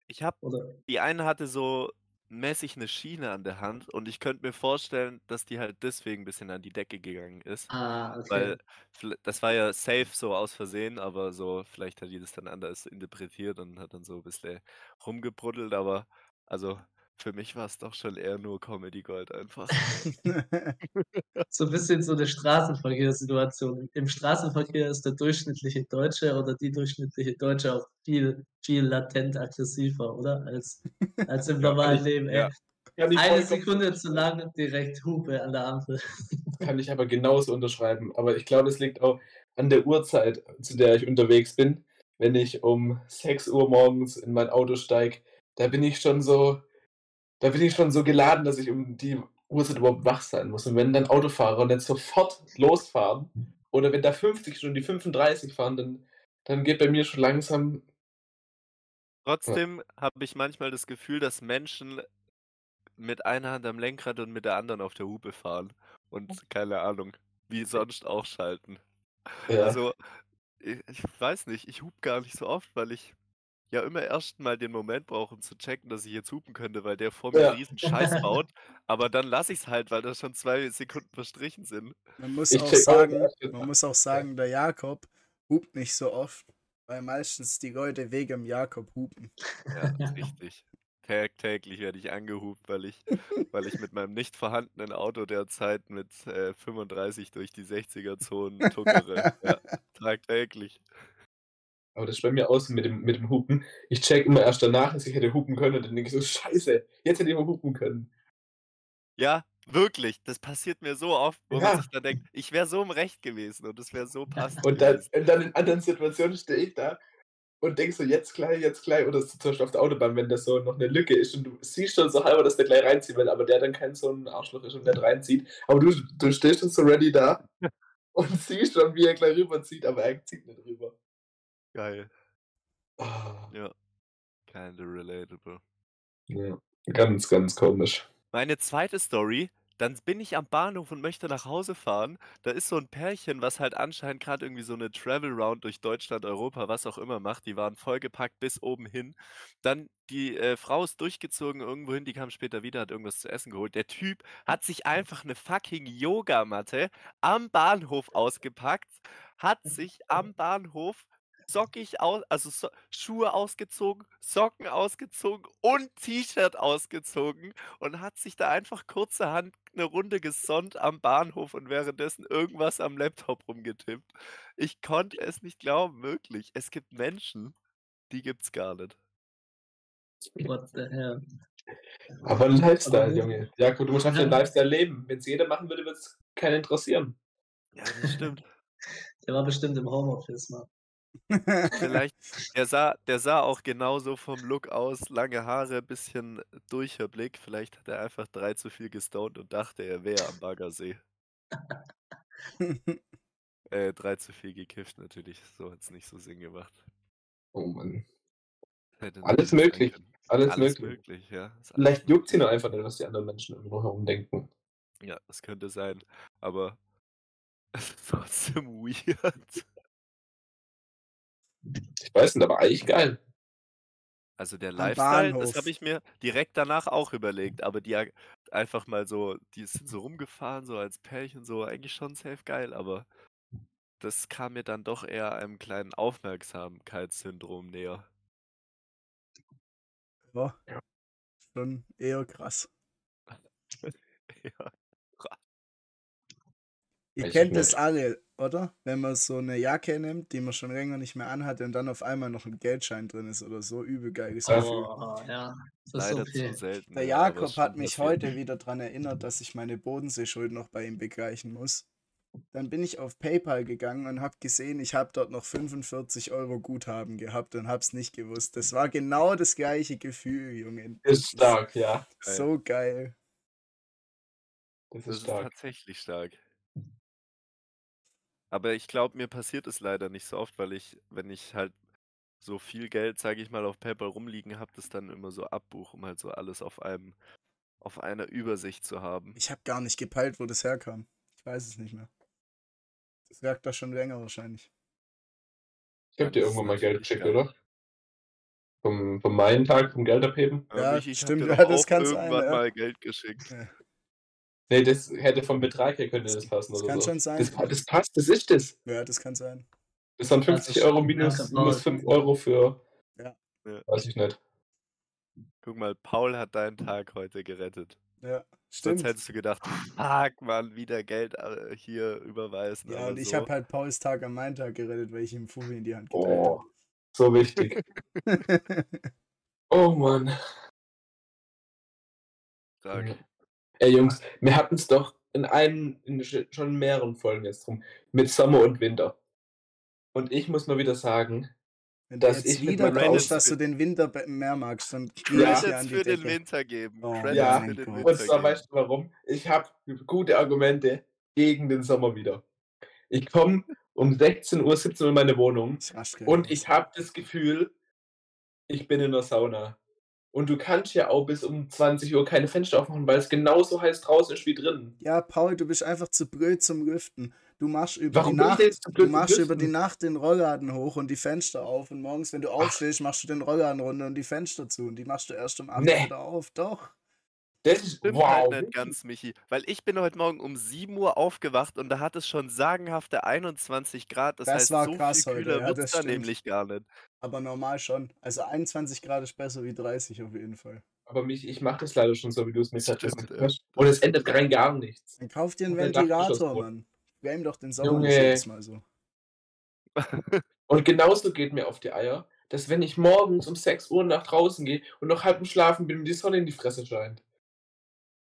S2: Ich habe
S3: Oder
S2: Die eine hatte so mäßig eine Schiene an der Hand und ich könnte mir vorstellen, dass die halt deswegen ein bisschen an die Decke gegangen ist.
S3: Ah, okay.
S2: Weil vl- das war ja safe so aus Versehen, aber so, vielleicht hat die das dann anders interpretiert und hat dann so ein bisschen rumgebruddelt, aber also für mich war es doch schon eher nur Comedy Gold einfach.
S3: so ein bisschen so eine Straßenverkehrssituation. Im Straßenverkehr ist der durchschnittliche Deutsche oder die durchschnittliche Deutsche auch viel, viel latent aggressiver, oder? Als, als im
S2: Ja,
S3: normalen
S2: ich-
S3: Leben. ey.
S2: ja.
S4: Kann ich,
S3: Eine
S4: vollkommen-
S3: Sekunde zu lang direkt Hupe an der Ampel.
S4: kann ich aber genauso unterschreiben. Aber ich glaube, es liegt auch an der Uhrzeit, zu der ich unterwegs bin. Wenn ich um 6 Uhr morgens in mein Auto steige, da bin ich schon so, da bin ich schon so geladen, dass ich um die Uhrzeit überhaupt wach sein muss. Und wenn dann Autofahrer nicht sofort losfahren, oder wenn da 50 schon die 35 fahren, dann, dann geht bei mir schon langsam
S2: Trotzdem habe ich manchmal das Gefühl, dass Menschen mit einer Hand am Lenkrad und mit der anderen auf der Hupe fahren
S3: Oh.
S2: und keine Ahnung, wie sonst auch schalten.
S4: ja,
S2: Also, ich, ich weiß nicht, ich hub gar nicht so oft, weil ich ja immer erst mal den Moment brauche, um zu checken, dass ich jetzt hupen könnte, weil der vor mir
S4: Ja.
S2: einen riesen Scheiß baut. Aber dann lasse ich es halt, weil da schon zwei Sekunden verstrichen sind.
S1: Man muss
S4: Ich
S1: auch
S4: check auch
S1: sagen,
S4: erst jetzt
S1: man muss auch sagen, der Jakob hupt nicht so oft, weil meistens die Leute wegen dem Jakob hupen.
S2: Ja, ist richtig. Tagtäglich werde ich angehupt, weil ich, weil ich mit meinem nicht vorhandenen Auto derzeit mit äh, 35 durch die 60er-Zonen tuckere. ja, tagtäglich.
S4: Aber das ist bei mir außen mit dem, mit dem Hupen. Ich check immer erst danach, dass ich hätte hupen können und dann denke ich so, scheiße, jetzt hätte ich mal hupen können.
S2: Ja, wirklich. Das passiert mir so oft, wo
S4: Ja.
S2: man sich dann denkt, ich wäre so im Recht gewesen und es wäre so passend.
S4: Und dann,
S2: gewesen.
S4: und dann in anderen Situationen stehe ich da und denke so, jetzt gleich, jetzt gleich. Oder so zum Beispiel auf der Autobahn, wenn das so noch eine Lücke ist und du siehst schon so halber, dass der gleich reinziehen will, aber der dann kein so ein Arschloch ist und nicht reinzieht. Aber du, du stehst schon so ready da und siehst schon, wie er gleich rüberzieht, aber er zieht nicht rüber.
S2: Geil.
S4: Ah,
S2: Kinda relatable.
S4: ja. Ganz, ganz komisch.
S2: Meine zweite Story, dann bin ich am Bahnhof und möchte nach Hause fahren. Da ist so ein Pärchen, was halt anscheinend gerade irgendwie so eine Travel Round durch Deutschland, Europa, was auch immer macht. Die waren vollgepackt bis oben hin. Dann die äh, Frau ist durchgezogen irgendwo hin, die kam später wieder, hat irgendwas zu essen geholt. Der Typ hat sich einfach eine fucking Yogamatte am Bahnhof ausgepackt, hat sich am Bahnhof sockig aus, also so Schuhe ausgezogen, Socken ausgezogen und T-Shirt ausgezogen und hat sich da einfach kurzerhand eine Runde gesonnt am Bahnhof und währenddessen irgendwas am Laptop rumgetippt. Ich konnte es nicht glauben, wirklich. Es gibt Menschen, die gibt's gar nicht.
S3: What the hell?
S4: Aber ein Lifestyle,
S3: Aber-
S4: Junge. Jakob, du musst einfach den
S3: Ja.
S4: Lifestyle leben. Wenn es jeder machen würde, würde es keinen interessieren.
S2: Ja, das stimmt.
S3: Der war bestimmt im Homeoffice, Mann.
S2: Vielleicht, der sah, der sah auch genauso vom Look aus, lange Haare, bisschen durcher Blick. Vielleicht hat er einfach drei zu viel gestoned und dachte, er wäre am Baggersee. Äh, drei zu viel gekifft natürlich. So hat's nicht so Sinn gemacht.
S4: Oh Mann.
S2: Hätte natürlich
S4: Alles
S2: sein
S4: möglich,
S2: können.
S4: Alles,
S2: Alles
S4: möglich.
S2: möglich, ja. ist alles
S4: Vielleicht juckt sie nur einfach nicht, was die anderen Menschen um ihn herum denken.
S2: Ja, das könnte sein, aber es ist trotzdem weird.
S4: Ich weiß nicht, aber eigentlich geil.
S2: Also der
S1: Am
S2: Lifestyle, das
S1: Bahnhof.
S2: habe ich mir direkt danach auch überlegt, aber die ja einfach mal so, die sind so rumgefahren, so als Pärchen, so eigentlich schon safe geil, aber das kam mir dann doch eher einem kleinen Aufmerksamkeitssyndrom näher.
S1: ja. Schon eher krass.
S2: Ja.
S1: Ihr
S4: Weiß ich
S1: kennt es
S4: nicht.
S1: alle, oder? Wenn man so eine Jacke nimmt, die man schon länger nicht mehr anhat und dann auf einmal noch ein Geldschein drin ist oder so, übel geiles
S4: Ja.
S1: Gefühl.
S3: Oh, ja. Das ist
S2: Leider
S3: so
S2: zu
S3: viel.
S2: selten.
S1: Der
S2: ja, aber es
S1: Jakob
S2: ist
S1: hat
S2: schon
S1: mich
S2: passiert.
S1: heute wieder daran erinnert, dass ich meine Bodenseeschuld noch bei ihm begleichen muss. Dann bin ich auf PayPal gegangen und habe gesehen, ich habe dort noch 45 Euro Guthaben gehabt und hab's nicht gewusst. Das war genau das gleiche Gefühl, Junge. Das
S4: Ist stark, ja.
S1: So geil.
S4: Das
S2: Das
S4: ist
S2: ist halt
S4: stark.
S2: tatsächlich stark. Aber ich glaube, mir passiert es leider nicht so oft, weil ich, wenn ich halt so viel Geld, sage ich mal, auf PayPal rumliegen habe, das dann immer so abbuche, um halt so alles auf einem, auf einer Übersicht zu haben.
S1: Ich habe gar nicht gepeilt, wo das herkam. Ich weiß es nicht mehr. Das lag da schon länger wahrscheinlich.
S4: Ich hab dir irgendwann mal Geld geschickt, oder? Vom, vom Maientag, vom Geld abheben.
S1: Ja,
S2: Michi, Ähm, ich hab
S1: stimmt,
S2: dir doch
S1: ja, das
S2: auch
S1: kann sein,
S2: irgendwann
S1: ja.
S2: mal Geld geschickt.
S4: Nee, das hätte vom Betrag her könnte das passen.
S1: Das
S4: oder
S1: kann
S4: so.
S1: schon sein.
S4: das, pa- das passt, das ist es.
S1: Ja, das kann sein.
S4: Das sind
S3: Das
S4: 50
S3: ist
S4: Euro
S3: schon
S4: minus,
S3: merkbar.
S4: minus 5 Euro für.
S1: Ja.
S2: Ja.
S4: Weiß ich nicht.
S2: Guck mal, Paul hat deinen Tag heute gerettet.
S1: Ja,
S2: Sonst
S1: stimmt.
S2: hättest du gedacht, fuck, Mann, wieder Geld äh, hier überweisen.
S1: Ja,
S2: aber
S1: und ich
S2: so.
S1: habe halt Pauls Tag am meinen Tag gerettet, weil ich ihm Fufi in die Hand
S4: Oh,
S1: geteilt
S4: so wichtig.
S1: habe.
S4: oh Mann.
S1: halt
S2: Sag,
S4: Ja. Ey Jungs, wir hatten es doch in einem, in sch- schon mehreren Folgen jetzt drum, mit Sommer und Winter. Und ich muss mal wieder sagen,
S1: Wenn du
S4: Dass
S1: jetzt
S4: ich mit
S1: wieder
S4: meinem
S1: kommst,
S2: Ausfit-
S1: dass du den Winter be- mehr magst, dann geh
S4: Ja.
S1: ich
S2: Credits
S1: hier an die
S2: für den
S1: Decke.
S2: Winter geben.
S1: Oh
S2: Credits
S4: Ja.
S2: für den
S1: mein
S2: Winter
S4: Und zwar
S2: geben.
S4: weißt du warum? Ich habe gute Argumente gegen den Sommer wieder. Ich komme um 16 Uhr, 17 Uhr in meine Wohnung
S1: Ich rasch gleich
S4: und
S1: los.
S4: ich habe das Gefühl, ich bin in der Sauna. Und du kannst ja auch bis um 20 Uhr keine Fenster aufmachen, weil es genauso heiß draußen ist wie drinnen.
S1: Ja, Paul, du bist einfach zu blöd zum Lüften. Du machst über die
S4: Warum bin ich
S1: Nacht,
S4: denn jetzt zu blöd
S1: du
S4: zum
S1: machst über die
S4: Lüften?
S1: Nacht den Rollladen hoch und die Fenster auf und morgens, wenn du aufstehst, machst du den Rollladen runter und die Fenster zu und die machst du erst um 8
S4: Nee.
S1: wieder auf. Doch.
S4: Das ist
S2: Stimmt
S4: wow.
S2: halt nicht ganz, Michi. Weil ich bin heute Morgen um 7 Uhr aufgewacht und da hat es schon sagenhafte 21 Grad. Das,
S1: Das
S2: heißt,
S1: war
S2: so
S1: krass
S2: viel
S1: heute,
S2: kühler
S1: ja,
S2: wird's
S1: das
S2: da
S1: stimmt.
S2: nämlich gar nicht.
S1: Aber normal schon. Also 21 Grad ist besser wie 30 auf jeden Fall.
S4: Aber mich, ich mache das leider schon so, wie du es mir gesagt hast.
S2: Stimmt, ja.
S4: Und es ändert rein gar nichts.
S1: Dann kauf dir einen
S4: Und dann dachte ich, das
S1: Ventilator,
S4: wohl.
S1: Mann. Wärm doch den Sommer
S4: Junge.
S1: nicht jedes Mal so.
S4: Und genauso geht mir auf die Eier, dass wenn ich morgens um 6 Uhr nach draußen gehe und noch halb im Schlafen bin, mir die Sonne in die Fresse scheint.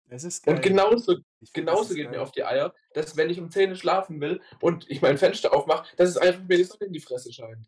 S1: Es ist geil.
S4: Und genauso,
S1: Ich find, das
S4: genauso
S1: ist
S4: geht
S1: geil.
S4: mir auf die Eier, dass wenn ich um 10 Uhr schlafen will und ich mein Fenster aufmache, dass es einfach mir die Sonne in die Fresse scheint.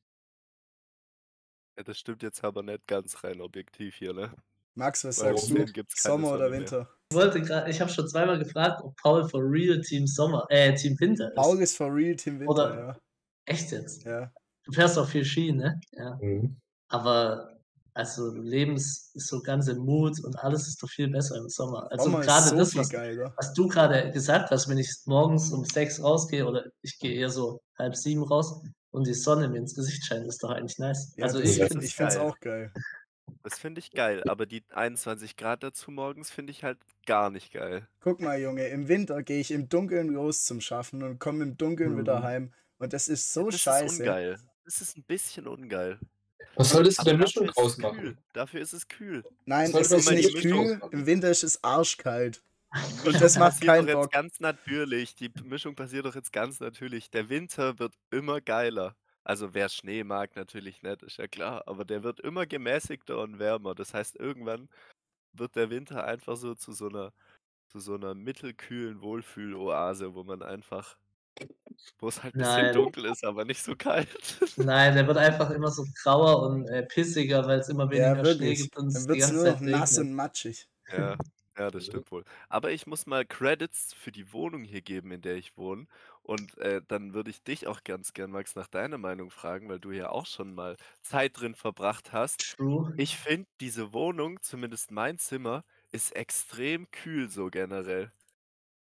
S2: Ja, das stimmt jetzt aber nicht ganz rein objektiv hier, ne?
S1: Max, was
S2: Weil
S1: sagst
S2: um
S1: du?
S2: 10 gibt's keine
S1: Sommer oder
S2: Sonne mehr.
S1: Winter?
S3: Ich wollte gerade, ich habe schon zweimal gefragt, ob Paul for real Team Sommer, äh, Team Winter ist.
S1: Paul ist for real Team Winter,
S3: Oder- Echt jetzt?
S1: ja. ja.
S3: Du fährst auch viel Ski, ne? Ja.
S1: Mhm.
S3: Aber also Lebens ist so ganze Mut und alles ist doch viel besser im Sommer. Also
S1: Sommer ist
S3: gerade
S1: so
S3: das,
S1: viel
S3: was,
S1: geiler.
S3: was du gerade gesagt hast, wenn ich morgens um sechs rausgehe oder ich gehe eher so halb sieben raus und die Sonne mir ins Gesicht scheint, ist doch eigentlich nice.
S1: Ja,
S3: also
S1: das,
S3: ich
S1: ich
S4: ist-
S3: finde
S1: ich finde es
S2: geil.
S1: auch geil.
S2: Das finde ich geil, aber die 21 Grad dazu morgens finde ich halt gar nicht geil.
S1: Guck mal, Junge, im Winter gehe ich im Dunkeln los zum Schaffen und komme im Dunkeln wieder
S4: Mhm.
S1: heim. Und das ist so
S2: das ist
S1: scheiße.
S2: ungeil. Das ist ein bisschen ungeil.
S4: Was solltest du
S2: Aber
S4: denn
S2: dafür
S4: Mischung
S2: ist es
S4: draus machen?
S2: kühl. Dafür ist es kühl.
S1: Nein,
S4: Sollte
S1: es
S4: man
S1: ist
S2: mal die
S1: nicht
S2: Mischung
S1: kühl.
S4: ausmachen?
S1: Im Winter ist es arschkalt. Und
S2: Mischung
S1: das macht
S2: passiert
S1: keinen
S2: doch jetzt
S1: Bock.
S2: ganz natürlich. Die P- Mischung passiert doch jetzt ganz natürlich. Der Winter wird immer geiler. Also wer Schnee mag, natürlich nicht, ist ja klar. Aber der wird immer gemäßigter und wärmer. Das heißt, irgendwann wird der Winter einfach so zu so einer, zu so einer mittelkühlen Wohlfühloase, wo man einfach, wo es halt ein bisschen
S3: Nein.
S2: dunkel ist, aber nicht so kalt.
S3: Nein, der wird einfach immer so grauer und äh, pissiger, weil es immer weniger
S1: Ja,
S3: Schnee
S1: wirklich.
S3: gibt und es
S1: Dann
S3: die
S1: wird es
S3: ganze
S1: nur noch
S3: Zeit
S1: nass
S3: regnet.
S1: und matschig.
S2: Ja, ja, das stimmt wohl. Aber ich muss mal Credits für die Wohnung hier geben, in der ich wohne. Und äh, dann würde ich dich auch ganz gern, Max, nach deiner Meinung fragen, weil du ja auch schon mal Zeit drin verbracht hast.
S3: True.
S2: Ich finde, diese Wohnung, zumindest mein Zimmer, ist extrem kühl so generell.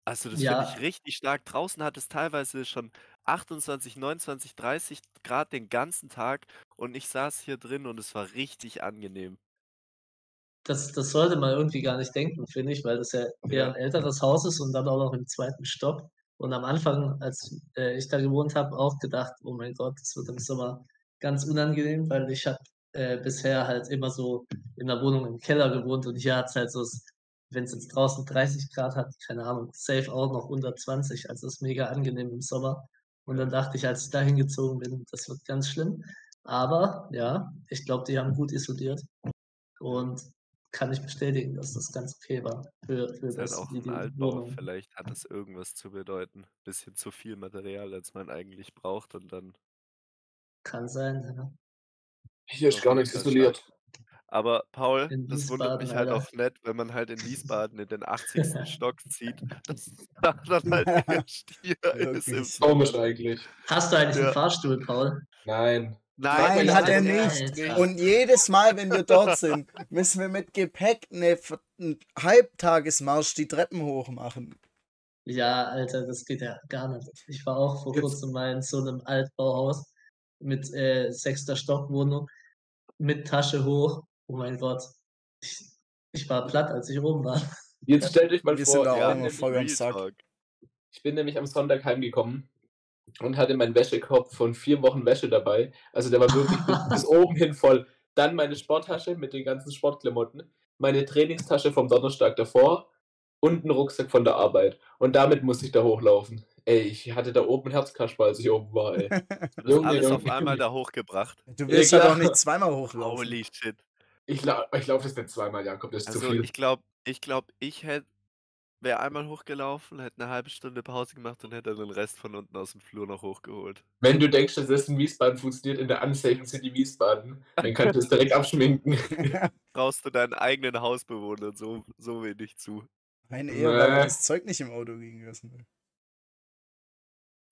S2: Also das finde ich
S3: Ja.
S2: richtig stark. Draußen hat es teilweise schon 28, 29, 30 Grad den ganzen Tag und ich saß hier drin und es war richtig angenehm.
S3: Das, das sollte man irgendwie gar nicht denken, finde ich, weil das ja
S2: Ja.
S3: eher ein älteres Haus ist und dann auch noch im zweiten Stock. Und am Anfang, als äh, ich da gewohnt habe, auch gedacht, oh mein Gott, das wird im Sommer ganz unangenehm, weil ich habe äh, bisher halt immer so in der Wohnung im Keller gewohnt und hier hat es halt so, wenn es jetzt draußen 30 Grad hat, keine Ahnung, safe auch noch unter 20, also ist mega angenehm im Sommer. Und dann dachte ich, als ich da hingezogen bin, das wird ganz schlimm. Aber ja, ich glaube, die haben gut isoliert. Und kann ich bestätigen, dass das ganz okay war für, für
S2: Ist halt
S3: das,
S2: auch
S3: wie
S2: ein
S3: die
S2: Altbau,
S3: Wohnung.
S2: vielleicht hat das irgendwas zu bedeuten. Bisschen zu viel Material, als man eigentlich braucht und dann
S3: Kann sein, ja.
S4: Hier ist
S2: auf
S4: gar
S2: jeden
S4: nichts
S2: Fall
S4: isoliert.
S2: stark. Aber Paul,
S3: In
S2: das wundert
S3: Wiesbaden,
S2: mich halt
S3: Alter.
S2: auch nicht, wenn man halt in Wiesbaden in den 80. Stock zieht, dass da dann halt der Stier ist im
S1: Wirklich.
S2: Sommer.
S4: Komisch eigentlich.
S3: Hast du eigentlich
S2: Ja.
S3: einen Fahrstuhl, Paul?
S4: Nein.
S1: Nein,
S4: Nein,
S1: hat
S4: hat
S1: er
S4: er
S1: nicht. Oh,
S3: nicht.
S1: Und jedes Mal, wenn wir dort sind, müssen wir mit Gepäck eine, Ver- einen Halbtagesmarsch die Treppen hoch machen.
S3: Ja, Alter, das geht ja gar nicht. Ich war auch vor
S4: Jetzt-
S3: kurzem mal in so einem Altbauhaus mit äh, sechster Stockwohnung. mit Tasche hoch. Oh mein Gott. Ich, ich war platt, als ich oben war.
S4: Jetzt stellt euch mal
S1: Wir
S4: vor,
S1: sind da
S4: ihr
S1: auch
S4: habt
S1: immer
S4: nämlich-
S1: voll am
S2: Real
S1: Sack.
S2: Talk.
S4: ich bin nämlich am Sonntag heimgekommen und hatte meinen Wäschekorb von vier Wochen Wäsche dabei. Also der war wirklich bis, bis oben hin voll. Dann meine Sporttasche mit den ganzen Sportklamotten, meine Trainingstasche vom Donnerstag davor und einen Rucksack von der Arbeit. Und damit musste ich da hochlaufen. Ey, ich hatte da oben einen Herzkasper, als ich oben war, ey.
S2: Du hast
S4: Junge,
S2: alles auf
S4: Junge.
S2: einmal da hochgebracht.
S1: Du willst ja
S4: klar.
S1: doch nicht zweimal hochlaufen.
S2: Holy shit.
S4: Ich, lau ich laufe das nicht zweimal, Jakob, das ist zu
S2: Also
S4: viel.
S2: ich glaube, ich glaube, ich hätte wäre einmal hochgelaufen, hätte eine halbe Stunde Pause gemacht und hätte dann den Rest von unten aus dem Flur noch hochgeholt.
S4: Wenn du denkst, dass das in Wiesbaden funktioniert, in der Unsafe City Wiesbaden, dann kannst du es direkt abschminken.
S2: Traust du deinen eigenen Hausbewohnern so, so wenig zu?
S1: Ein Ehe, weil er
S4: Nee.
S1: das Zeug nicht im Auto liegen lassen will.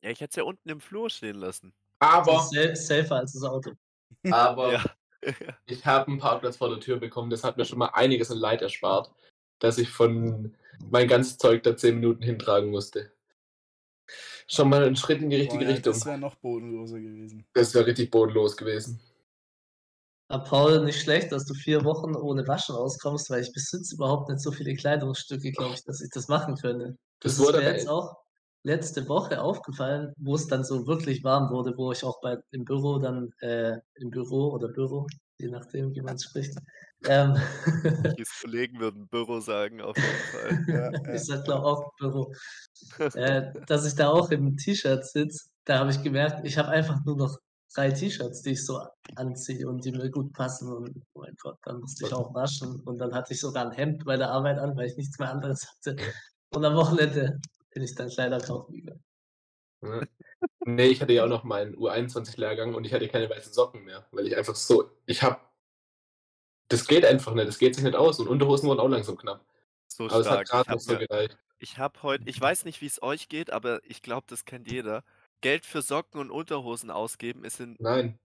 S2: Ja, ich hätte es ja unten im Flur stehen lassen.
S4: Aber,
S3: Das ist sa- safer als das Auto.
S4: aber,
S2: Ja.
S4: Ich habe einen Parkplatz vor der Tür bekommen. Das hat mir schon mal einiges an Leid erspart, dass ich von mein ganzes Zeug da zehn Minuten hintragen musste. Schon mal einen Schritt in die richtige
S1: Boah, ja,
S4: Richtung.
S1: Das wäre noch bodenloser gewesen.
S4: Das wäre richtig bodenlos gewesen.
S3: Aber Paul, nicht schlecht, dass du vier Wochen ohne Waschen auskommst, weil ich besitze überhaupt nicht so viele Kleidungsstücke, glaube ich, dass ich das machen könnte.
S4: Das,
S3: Das ist
S4: wurde halt,
S3: mir
S4: aber
S3: jetzt auch letzte Woche aufgefallen, wo es dann so wirklich warm wurde, wo ich auch bei, im Büro dann, äh, im Büro oder Büro, je nachdem, wie man es spricht. Ähm,
S2: Die Kollegen würden Büro sagen, auf jeden Fall.
S1: Ja, ja,
S3: ich sag glaube auch Büro, äh, dass ich da auch im T-Shirt sitze. Da habe ich gemerkt, ich habe einfach nur noch drei T-Shirts, die ich so anziehe und die mir gut passen. Und oh mein Gott, dann musste ich auch waschen. Und dann hatte ich sogar ein Hemd bei der Arbeit an, weil ich nichts mehr anderes hatte. Und am Wochenende bin ich dann Kleider kaufen gegangen.
S4: Ja. ne? Nee, ich hatte ja auch noch meinen U21-Lehrgang und ich hatte keine weißen Socken mehr, weil ich einfach so, ich habe, das geht einfach nicht, das geht sich nicht aus und Unterhosen wurden auch langsam knapp.
S2: So
S4: Aber es
S2: stark.
S4: hat
S2: Ich
S4: gerade noch
S2: hab
S4: so
S2: mir-
S4: gereicht.
S2: Ich habe heute, ich weiß nicht, wie es euch geht, aber ich glaube, das kennt jeder. Geld für Socken und Unterhosen ausgeben ist, in,
S4: Nein,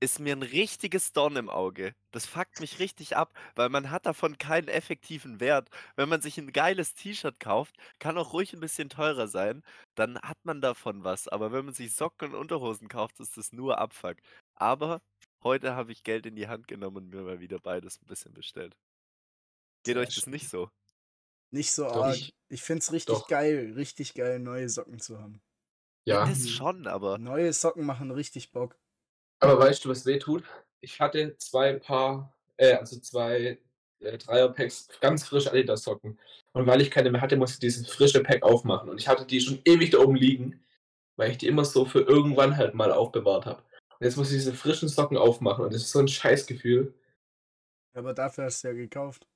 S2: ist mir ein richtiges Dorn im Auge. Das fuckt mich richtig ab, weil man hat davon keinen effektiven Wert. Wenn man sich ein geiles T-Shirt kauft, kann auch ruhig ein bisschen teurer sein, dann hat man davon was. Aber wenn man sich Socken und Unterhosen kauft, ist das nur Abfuck. Aber heute habe ich Geld in die Hand genommen und mir mal wieder beides ein bisschen bestellt. Geht
S3: Sehr
S2: euch das
S3: schön.
S2: nicht so?
S1: Nicht so
S4: Doch.
S1: arg. Ich find's richtig
S4: Doch.
S1: geil, richtig geil, neue Socken zu haben.
S4: ja.
S2: Das schon, aber
S1: Neue Socken machen richtig Bock.
S4: Aber weißt du, was weh tut? Ich hatte zwei Paar, äh, also zwei äh, Dreierpacks ganz frisch Adidas-Socken. Und weil ich keine mehr hatte, musste ich dieses frische Pack aufmachen. Und ich hatte die schon ewig da oben liegen, weil ich die immer so für irgendwann halt mal aufbewahrt habe. Und jetzt muss ich diese frischen Socken aufmachen. Und das ist so ein Scheißgefühl.
S1: Aber dafür hast du ja gekauft.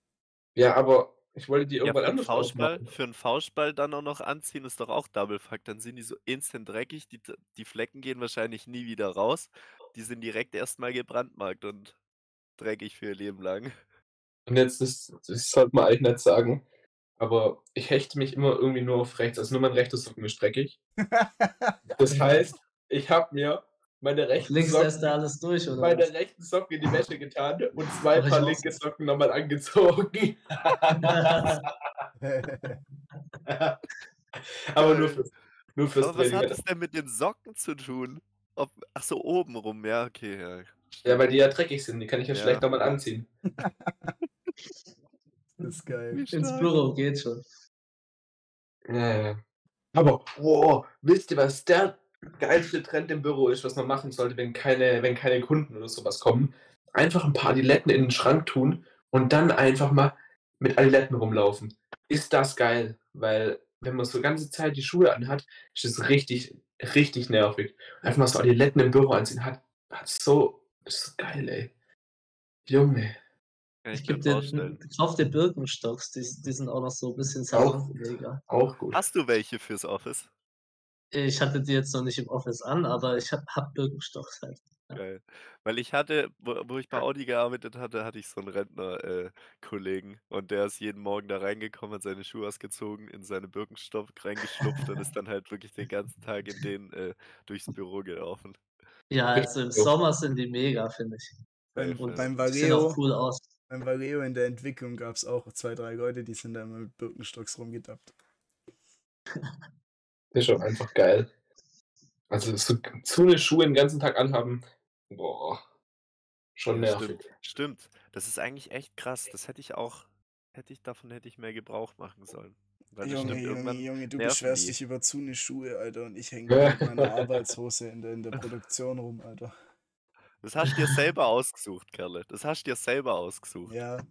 S4: Ja, aber ich wollte die irgendwann
S2: ja, für einen
S4: anders
S2: Faustball,
S4: aufmachen.
S2: für einen Faustball dann auch noch anziehen, ist doch auch Double Fuck. Dann sind die so instant dreckig, die, die Flecken gehen wahrscheinlich nie wieder raus. Die sind direkt erstmal gebrandmarkt und dreckig für ihr Leben lang.
S4: Und jetzt, das, das sollte man eigentlich nicht sagen. Aber ich hechte mich immer irgendwie nur auf rechts. Also nur mein rechter Socken ist dreckig. Das heißt, ich habe mir meine rechten
S3: Links
S4: Socken
S3: lässt er alles durch, oder?
S4: meine
S3: was?
S4: rechten Socken in die Wäsche getan und zwei
S3: Aber ich
S4: Paar
S3: auch.
S4: linke Socken nochmal angezogen. Aber nur, für, nur fürs
S2: Aber was
S4: Training.
S2: hat es denn mit den Socken zu tun? Ob, ach so, oben rum, ja, okay. Ja.
S4: Ja, weil die ja dreckig sind, die kann ich ja,
S2: Ja.
S4: schlecht nochmal anziehen.
S1: Das ist geil.
S2: Wie
S3: Ins
S2: stark.
S3: Büro geht schon.
S4: Ja, ja. Aber, wow, wisst ihr, was der geilste Trend im Büro ist, was man machen sollte, wenn keine, wenn keine Kunden oder sowas kommen? Einfach ein paar Adiletten in den Schrank tun und dann einfach mal mit Adiletten rumlaufen. Ist das geil, weil wenn man so ganze Zeit die Schuhe anhat, ist es richtig, richtig nervig. Einfach mal so Adiletten im Büro anziehen, hat, hat so, ist so geil, ey. Junge.
S2: Kann
S3: Ich
S2: ich
S3: gebe
S2: mir
S3: dir,
S2: vorstellen.
S3: kauf dir Birkenstocks, die, die sind auch noch so ein bisschen
S4: Auch.
S3: salonfähiger.
S4: Auch gut.
S2: Hast du welche fürs Office?
S3: Ich hatte die jetzt noch nicht im Office an, aber ich hab, hab Birkenstocks halt. Ja.
S2: Geil. Weil ich hatte, wo, wo ich bei Audi gearbeitet hatte, hatte ich so einen Rentner-Kollegen und der ist jeden Morgen da reingekommen, hat seine Schuhe ausgezogen, in seine Birkenstock reingeschlupft und ist dann halt wirklich den ganzen Tag in denen äh, durchs Büro gelaufen.
S3: Ja, also im
S4: so.
S3: Sommer sind die mega, finde ich.
S1: Beim,
S2: Safe,
S3: Und
S1: beim,
S3: Die sehen auch
S1: Valeo,
S3: cool aus.
S1: beim Valeo in der Entwicklung gab es auch zwei, drei Leute, die sind da immer mit Birkenstocks rumgedappt.
S4: Das ist schon einfach geil. Also so, so eine Schuhe den ganzen Tag anhaben, boah. Schon
S2: Ja,
S4: nervig.
S2: Stimmt, stimmt. Das ist eigentlich echt krass. Das hätte ich auch, hätte ich davon hätte ich mehr Gebrauch machen sollen. Weil das
S1: Junge,
S2: stimmt
S1: Junge,
S2: irgendwann.
S1: Junge, du
S2: nerven
S1: beschwerst
S2: die.
S1: dich über zu eine Schuhe, Alter, und ich hänge mit meiner Arbeitshose in der, in der Produktion rum, Alter.
S2: Das hast du dir selber ausgesucht, Kerle. Das hast du dir selber ausgesucht.
S1: Ja.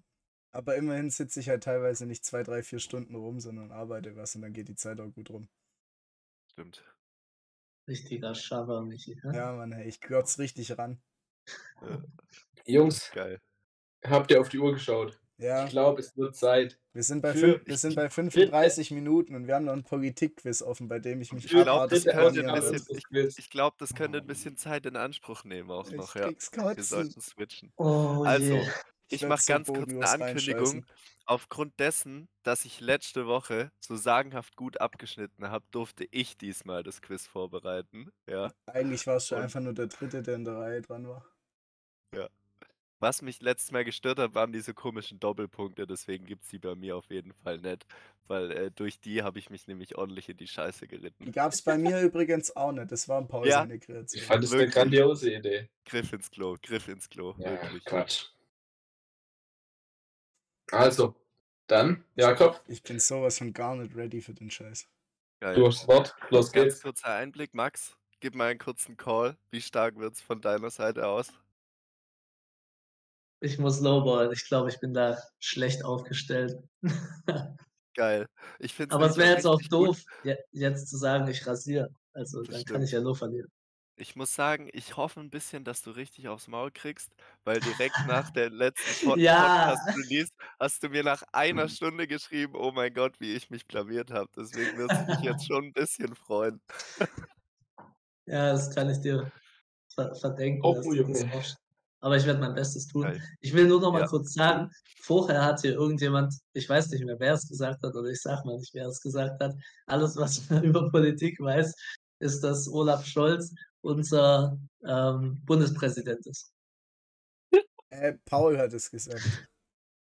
S1: Aber immerhin sitze ich halt teilweise nicht zwei, drei, vier Stunden rum, sondern arbeite was und dann geht die Zeit auch gut rum.
S2: Stimmt.
S3: Richtiger Schaber, Michi. Ne?
S1: Ja, Mann, hey, ich glotz richtig ran.
S4: Jungs,
S2: Geil.
S4: habt ihr auf die Uhr geschaut?
S1: Ja,
S4: Ich glaube, es wird Zeit.
S1: wir sind bei,
S4: für-
S1: fün- wir sind bei 35 Minuten und wir haben noch ein Politikquiz offen, bei dem ich mich
S2: Ich glaub,
S1: abartig
S2: das könnte ein
S1: blamieren
S2: bisschen-
S1: werde.
S2: Ich glaube, das könnte ein bisschen Zeit in Anspruch nehmen auch noch,
S1: Ich
S2: ja.
S1: krieg's
S2: Wir
S1: kotzen.
S2: sollten switchen.
S3: Oh
S2: Also,
S3: je.
S2: Ich
S1: werd
S2: mach
S1: so
S2: ganz kurz
S1: bodenlos
S2: eine Ankündigung.
S1: reinscheißen.
S2: Aufgrund dessen, dass ich letzte Woche so sagenhaft gut abgeschnitten habe, durfte ich diesmal das Quiz vorbereiten. Ja.
S1: Eigentlich warst du
S2: Und-
S1: einfach nur der Dritte, der in der Reihe dran war.
S2: Was mich letztes Mal gestört hat, waren diese komischen Doppelpunkte. Deswegen gibt es die bei mir auf jeden Fall nicht. Weil äh, durch die habe ich mich nämlich ordentlich in die Scheiße geritten.
S1: Die gab's bei mir übrigens auch nicht. Das war ein Pause
S2: Ja.
S1: eine Kreation.
S4: Ich fand es eine
S2: Wirklich.
S4: grandiose Idee.
S2: Griff ins Klo, Griff ins Klo.
S4: Ja,
S2: wirklich.
S4: Quatsch. Also, dann, Jakob,
S1: Ich bin sowas von gar nicht ready für den Scheiß.
S2: Geil.
S4: du hast das Wort. Los
S2: Ganz
S4: geht's.
S2: kurzer Einblick, Max. Gib mal einen kurzen Call. Wie stark wird es von deiner Seite aus?
S3: Ich muss lowballen. Ich glaube, ich bin da schlecht aufgestellt.
S2: Geil. Ich find's
S3: Aber es
S2: nämlich
S3: wäre jetzt auch
S2: richtig gut.
S3: doof, je- jetzt zu sagen, ich rasiere. Also
S2: Das
S3: dann kann ich ja nur verlieren.
S2: Ich muss sagen, ich hoffe ein bisschen, dass du richtig aufs Maul kriegst, weil direkt nach der letzten Pod
S3: Ja. Mhm.
S2: Podcast-Release hast du mir nach einer Stunde geschrieben, oh mein Gott, wie ich mich blamiert habe. Deswegen würde ich mich jetzt schon ein bisschen freuen.
S3: Ja, das kann ich dir ver verdenken.
S4: Oh,
S3: dass du das
S4: Junge.
S3: aufsch- Aber ich werde mein Bestes tun.
S2: Geil.
S3: Ich will nur noch mal
S2: Ja.
S3: kurz sagen, vorher hat hier irgendjemand, ich weiß nicht mehr, wer es gesagt hat, oder ich sag mal nicht, wer es gesagt hat, alles, was man über Politik weiß, ist, dass Olaf Scholz unser ähm, Bundespräsident ist.
S1: Äh, Paul hat es gesagt.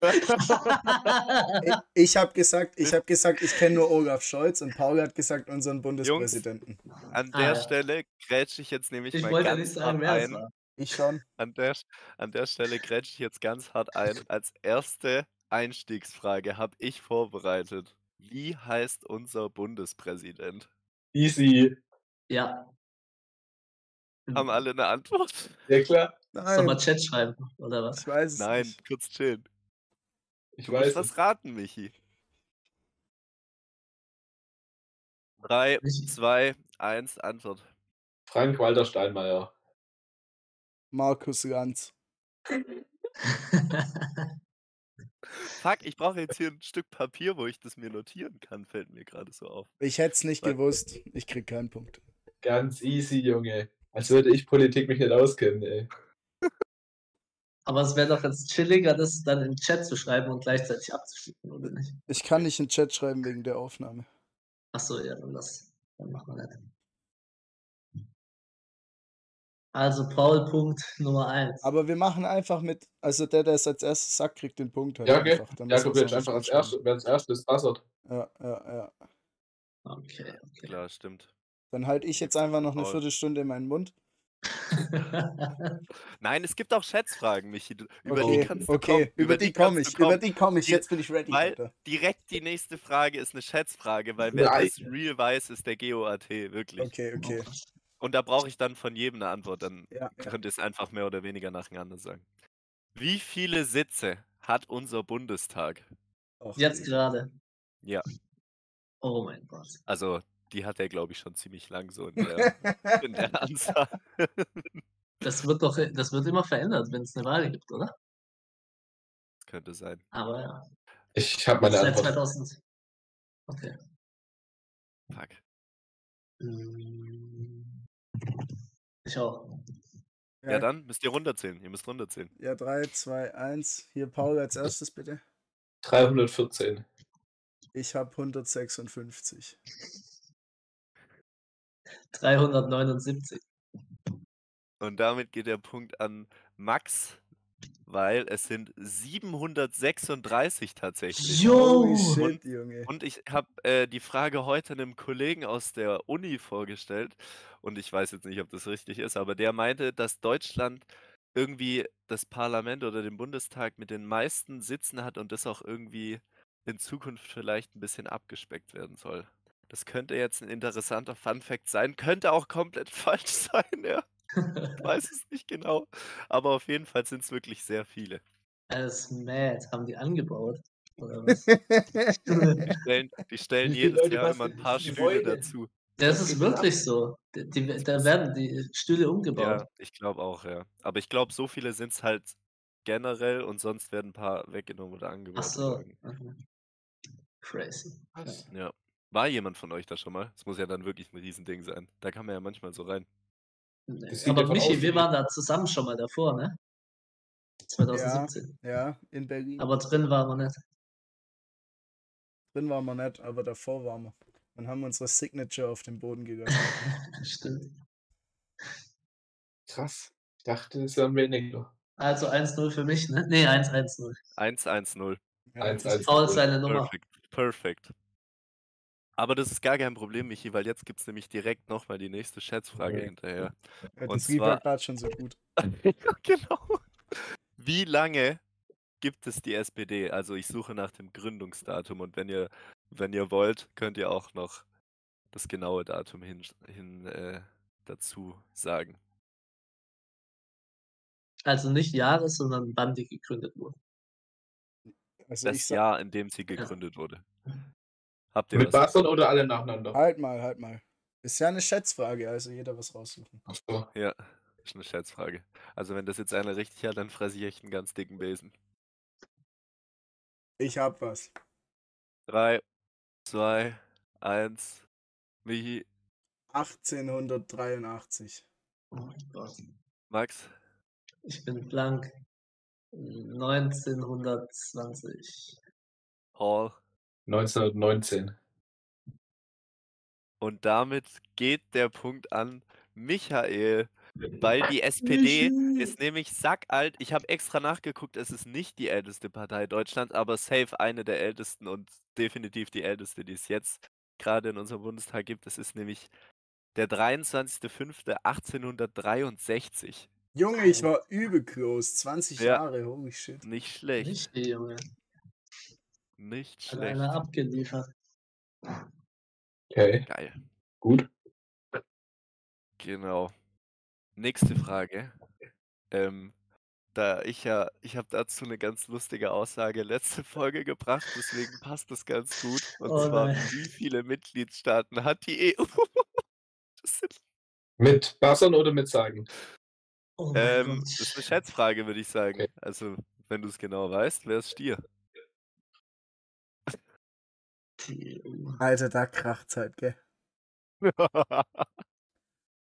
S3: ja,
S1: Ich, ich habe gesagt, ich habe gesagt, ich kenne nur Olaf Scholz und Paul hat gesagt unseren Bundespräsidenten.
S2: An
S3: Ah,
S2: der
S3: ja.
S2: Stelle grätsche ich jetzt nämlich
S3: ich
S2: mal
S3: wollte ja
S2: ganz
S3: nicht sagen,
S2: hart
S3: wer es
S2: ein.
S3: war.
S1: Ich schon.
S2: An der, Sch- an der Stelle grätsche ich jetzt ganz hart ein. Als erste Einstiegsfrage habe ich vorbereitet. Wie heißt unser Bundespräsident?
S4: Easy.
S3: Ja.
S2: Haben alle eine Antwort?
S4: Ja, klar.
S3: Soll man
S1: Nein,
S3: Chat schreiben, oder was?
S1: ich weiß es
S2: Nein,
S1: nicht.
S2: kurz chillen.
S4: Ich
S2: Du
S4: weiß.
S2: musst
S4: es.
S2: was raten, Michi. Drei,
S3: Michi.
S2: zwei, eins, Antwort.
S4: Frank-Walter Steinmeier.
S1: Markus Lanz.
S2: Fuck, ich brauche jetzt hier ein Stück Papier, wo ich das mir notieren kann, fällt mir gerade so auf.
S1: Ich hätte es nicht
S2: Weil-
S1: gewusst. Ich krieg keinen Punkt.
S4: Ganz easy, Junge. Als würde ich Politik mich nicht auskennen, ey.
S3: Aber es wäre doch jetzt chilliger, das dann im Chat zu schreiben und gleichzeitig abzuschicken, oder nicht?
S1: Ich kann nicht in den Chat schreiben wegen der Aufnahme.
S3: Achso, ja, dann das. Dann machen wir das. Also Paul Punkt Nummer 1.
S1: Aber wir machen einfach mit, also der, der es als erstes sagt, kriegt den Punkt halt
S4: Ja, gell.
S1: einfach. Dann müssen
S4: Jakob wird
S1: wir's
S4: einfach
S1: auch
S4: als
S1: nicht
S4: erstes, wer als erstes buzzert.
S1: aufschreiben. Ja, ja, ja.
S3: Okay, okay.
S2: Klar, stimmt.
S1: Dann halte ich jetzt einfach noch eine
S2: Paul.
S1: Viertelstunde in meinen Mund.
S2: Nein, es gibt auch Schätzfragen, Michi. Du- Über die
S1: okay,
S2: kannst du
S1: okay.
S2: kommen.
S1: über die
S2: kannst
S1: komme
S2: du
S1: ich,
S2: kommen.
S1: über die komme ich.
S2: Die-
S1: Jetzt bin ich ready.
S2: weil-
S1: Alter.
S2: Direkt die nächste Frage ist eine Schätzfrage, weil wer
S4: Nein.
S2: das real weiß, ist der GOAT, wirklich.
S1: Okay, okay.
S2: Und da brauche ich dann von jedem eine Antwort. Dann
S1: Ja, ja.
S2: könnt ihr es einfach mehr oder weniger nacheinander sagen. Wie viele Sitze hat unser Bundestag?
S1: Och,
S3: Jetzt
S1: Digga.
S3: gerade.
S2: Ja.
S3: Oh mein Gott.
S2: Also, die hat er, glaube ich, schon ziemlich lang so in der, in der Anzahl.
S3: Das wird doch, das wird immer verändert, wenn es eine Wahl gibt, oder?
S2: Könnte sein.
S3: Aber ja.
S4: Ich habe meine
S3: Seit
S4: Antwort.
S3: 2000. Okay.
S2: Fuck.
S3: Mm. Ich auch.
S2: Ja,
S1: Ja.
S2: dann müsst ihr runterzählen. Ihr müsst runterzählen.
S1: Ja, 3, 2, 1. Hier Paul als erstes bitte.
S4: 314.
S1: Ich habe 156.
S3: 379.
S2: Und damit geht der Punkt an Max, weil es sind 736 tatsächlich.
S1: Holy
S3: Jo!
S1: shit, Junge.
S2: Und ich habe äh, die Frage heute einem Kollegen aus der Uni vorgestellt und ich weiß jetzt nicht, ob das richtig ist, aber der meinte, dass Deutschland irgendwie das Parlament oder den Bundestag mit den meisten Sitzen hat und das auch irgendwie in Zukunft vielleicht ein bisschen abgespeckt werden soll. Das könnte jetzt ein interessanter Fun Fact sein, könnte auch komplett falsch sein, ja. Ich weiß es nicht genau. Aber auf jeden Fall sind es wirklich sehr viele.
S3: Alles mad, haben die angebaut. Oder was?
S2: Die stellen, die stellen
S4: Wie viele
S2: jedes
S4: Leute
S2: Jahr immer
S4: passen
S2: ein paar
S4: in die
S2: Stühle
S4: Gebäude?
S2: dazu.
S3: Das ist wirklich so. Die, die, da werden die Stühle umgebaut.
S2: Ja, ich glaube auch, ja. Aber ich glaube, so viele sind es halt generell und sonst werden ein paar weggenommen oder
S3: Ach
S2: angebaut.
S3: so.
S2: oder irgend-
S3: Mhm. Crazy.
S4: Was?
S2: Ja. War jemand von euch da schon mal? Das muss ja dann wirklich ein Riesending sein. Da kann man ja manchmal so rein.
S3: Nee,
S4: Das sieht
S3: Aber
S4: einfach
S3: Michi,
S4: aus
S3: wir
S4: wie-
S3: waren da zusammen schon mal davor, ne? 2017.
S1: Ja, in Berlin.
S3: Aber drin waren wir nicht.
S1: Drin waren wir nicht, aber davor waren wir. Und haben unsere Signature auf den Boden gegossen.
S3: Stimmt.
S4: Krass. Ich dachte, es wären weniger.
S3: Also 1-0 für mich, ne? Nee, 1-1-0.
S2: 1-1-0.
S1: Ja,
S4: 1-1.
S1: das-
S3: Paul seine Nummer.
S2: Perfekt. Perfekt. Aber das ist gar kein Problem, Michi, weil jetzt gibt es nämlich direkt nochmal die nächste Schätzfrage
S4: Okay.
S2: hinterher.
S1: ja,
S2: Und
S1: Das lief ja
S2: zwar-
S1: gerade schon so gut.
S2: genau. Wie lange gibt es die SPD? Also ich suche nach dem Gründungsdatum und wenn ihr, wenn ihr wollt, könnt ihr auch noch das genaue Datum hin, hin äh, dazu sagen.
S3: Also nicht Jahres, sondern wann die gegründet wurde.
S1: Also ich
S2: Das
S1: sag,
S2: Jahr, in dem sie gegründet wurde. Habt ihr
S4: Mit
S2: was?
S4: Bassern oder alle nacheinander?
S1: halt mal, halt mal. Ist ja eine Schätzfrage, also jeder was raussuchen.
S4: Ach so.
S2: Ja, ist eine Scherzfrage. Also wenn das jetzt einer richtig hat, dann fresse ich echt einen ganz dicken Besen.
S1: Ich hab was.
S2: 3, 2, 1. Michi,
S1: 1883.
S3: Oh mein Gott.
S2: Max,
S3: Ich bin blank. 1920.
S2: Hall.
S4: 1919.
S2: Und damit geht der Punkt an Michael, weil die SPD ist nämlich sackalt. Ich habe extra nachgeguckt, es ist nicht die älteste Partei Deutschlands, aber safe eine der ältesten und definitiv die älteste, die es jetzt gerade in unserem Bundestag gibt. Es ist nämlich der 23.05.1863.
S1: Junge, ich war übel close. 20
S2: Ja.
S1: Jahre, holy shit.
S2: Nicht schlecht, nicht,
S3: Michi, Junge. Hat
S2: schlecht.
S3: einer abgeliefert.
S4: Okay,
S2: Geil.
S4: gut.
S2: Genau. Nächste Frage. Ähm, da ich ja, ich habe dazu eine ganz lustige Aussage letzte Folge gebracht, deswegen passt das ganz gut. Und
S3: Oh
S2: zwar,
S3: nein.
S2: wie viele Mitgliedstaaten hat die EU? Das sind,
S4: Mit Bassern oder mit Sagen?
S3: Oh mein
S2: ähm,
S3: Gott.
S2: das ist eine Schätzfrage, würde ich sagen.
S4: Okay.
S2: Also, wenn du es genau weißt, wer ist dir?
S3: Die EU.
S1: Alter, da kracht's halt, gell?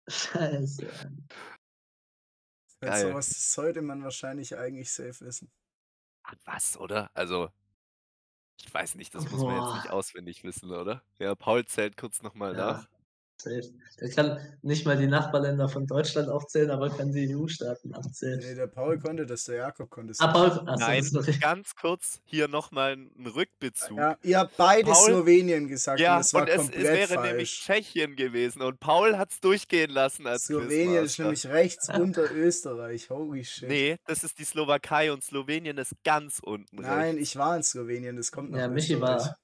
S3: Scheiße.
S1: Wenn
S2: Geil.
S1: sowas ist, sollte man wahrscheinlich eigentlich safe wissen.
S2: Was, oder? Also, ich weiß nicht, das muss man jetzt nicht
S3: Boah.
S2: auswendig wissen, oder? Ja, Paul zählt kurz nochmal
S3: Ja.
S2: nach.
S3: Safe. Der kann nicht mal die Nachbarländer von Deutschland aufzählen, aber kann die EU-Staaten
S1: Nee,
S3: aufzählen.
S1: der Paul konnte das, der Jakob konnte das.
S3: Aber, achso,
S2: Nein,
S3: sorry.
S2: ganz kurz hier nochmal ein Rückbezug.
S1: Ja, ihr habt beide
S2: Paul-
S1: Slowenien gesagt
S2: Ja,
S1: und es war
S2: und es, es
S1: komplett
S2: wäre
S1: falsch.
S2: nämlich Tschechien gewesen und Paul hat es durchgehen lassen als
S1: Slowenien ist
S2: Quizmaster.
S1: nämlich rechts unter Österreich. Holy shit.
S2: Nee, das ist die Slowakei und Slowenien ist ganz unten
S1: Nein,
S2: rechts.
S1: ich war in Slowenien, das kommt nach
S3: Ja, Michi
S1: Österreich.
S3: war.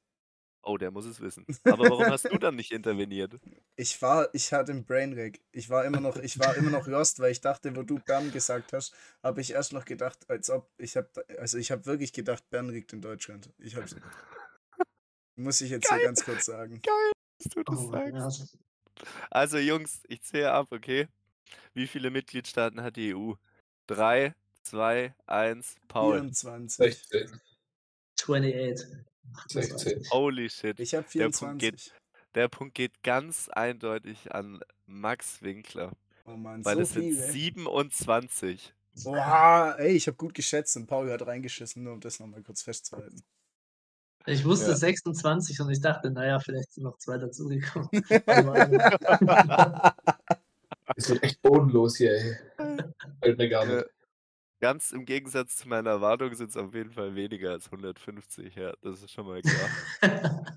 S2: Oh, der muss es wissen. Aber warum hast du dann nicht interveniert?
S1: Ich war, ich hatte einen Brainrag. Ich war immer noch, ich war immer noch lost, weil ich dachte, wo du Bern gesagt hast, habe ich erst noch gedacht, als ob ich habe, also ich habe wirklich gedacht, Bern liegt in Deutschland. Ich habe, muss ich jetzt hier ganz kurz sagen.
S2: Dass du das
S3: Oh mein
S2: sagst.
S3: Gott.
S2: Also Jungs, ich zähle ab, okay? Wie viele Mitgliedstaaten hat die EU? Drei, zwei, eins, Paul.
S1: 24.
S4: 16.
S3: 28.
S4: 16.
S3: 28.
S2: Holy shit.
S1: Ich habe
S2: Der Punkt geht-
S1: 24.
S2: Der Punkt geht ganz eindeutig an Max Winkler,
S1: Oh Mann,
S2: weil
S1: so
S2: es sind
S1: viele.
S2: 27.
S1: Oha, ey, ich habe gut geschätzt und Paul hat reingeschissen, nur um das nochmal kurz festzuhalten.
S3: Ich wusste
S2: Ja.
S3: 26 und ich dachte, naja, vielleicht sind noch zwei dazugekommen. also, Aber einer-
S4: Es wird echt bodenlos hier, ey. Fällt mir gar
S2: Ja.
S4: nicht.
S2: Äh, Ganz im Gegensatz zu meiner Erwartung sind es auf jeden Fall weniger als 150, ja, das ist schon mal klar.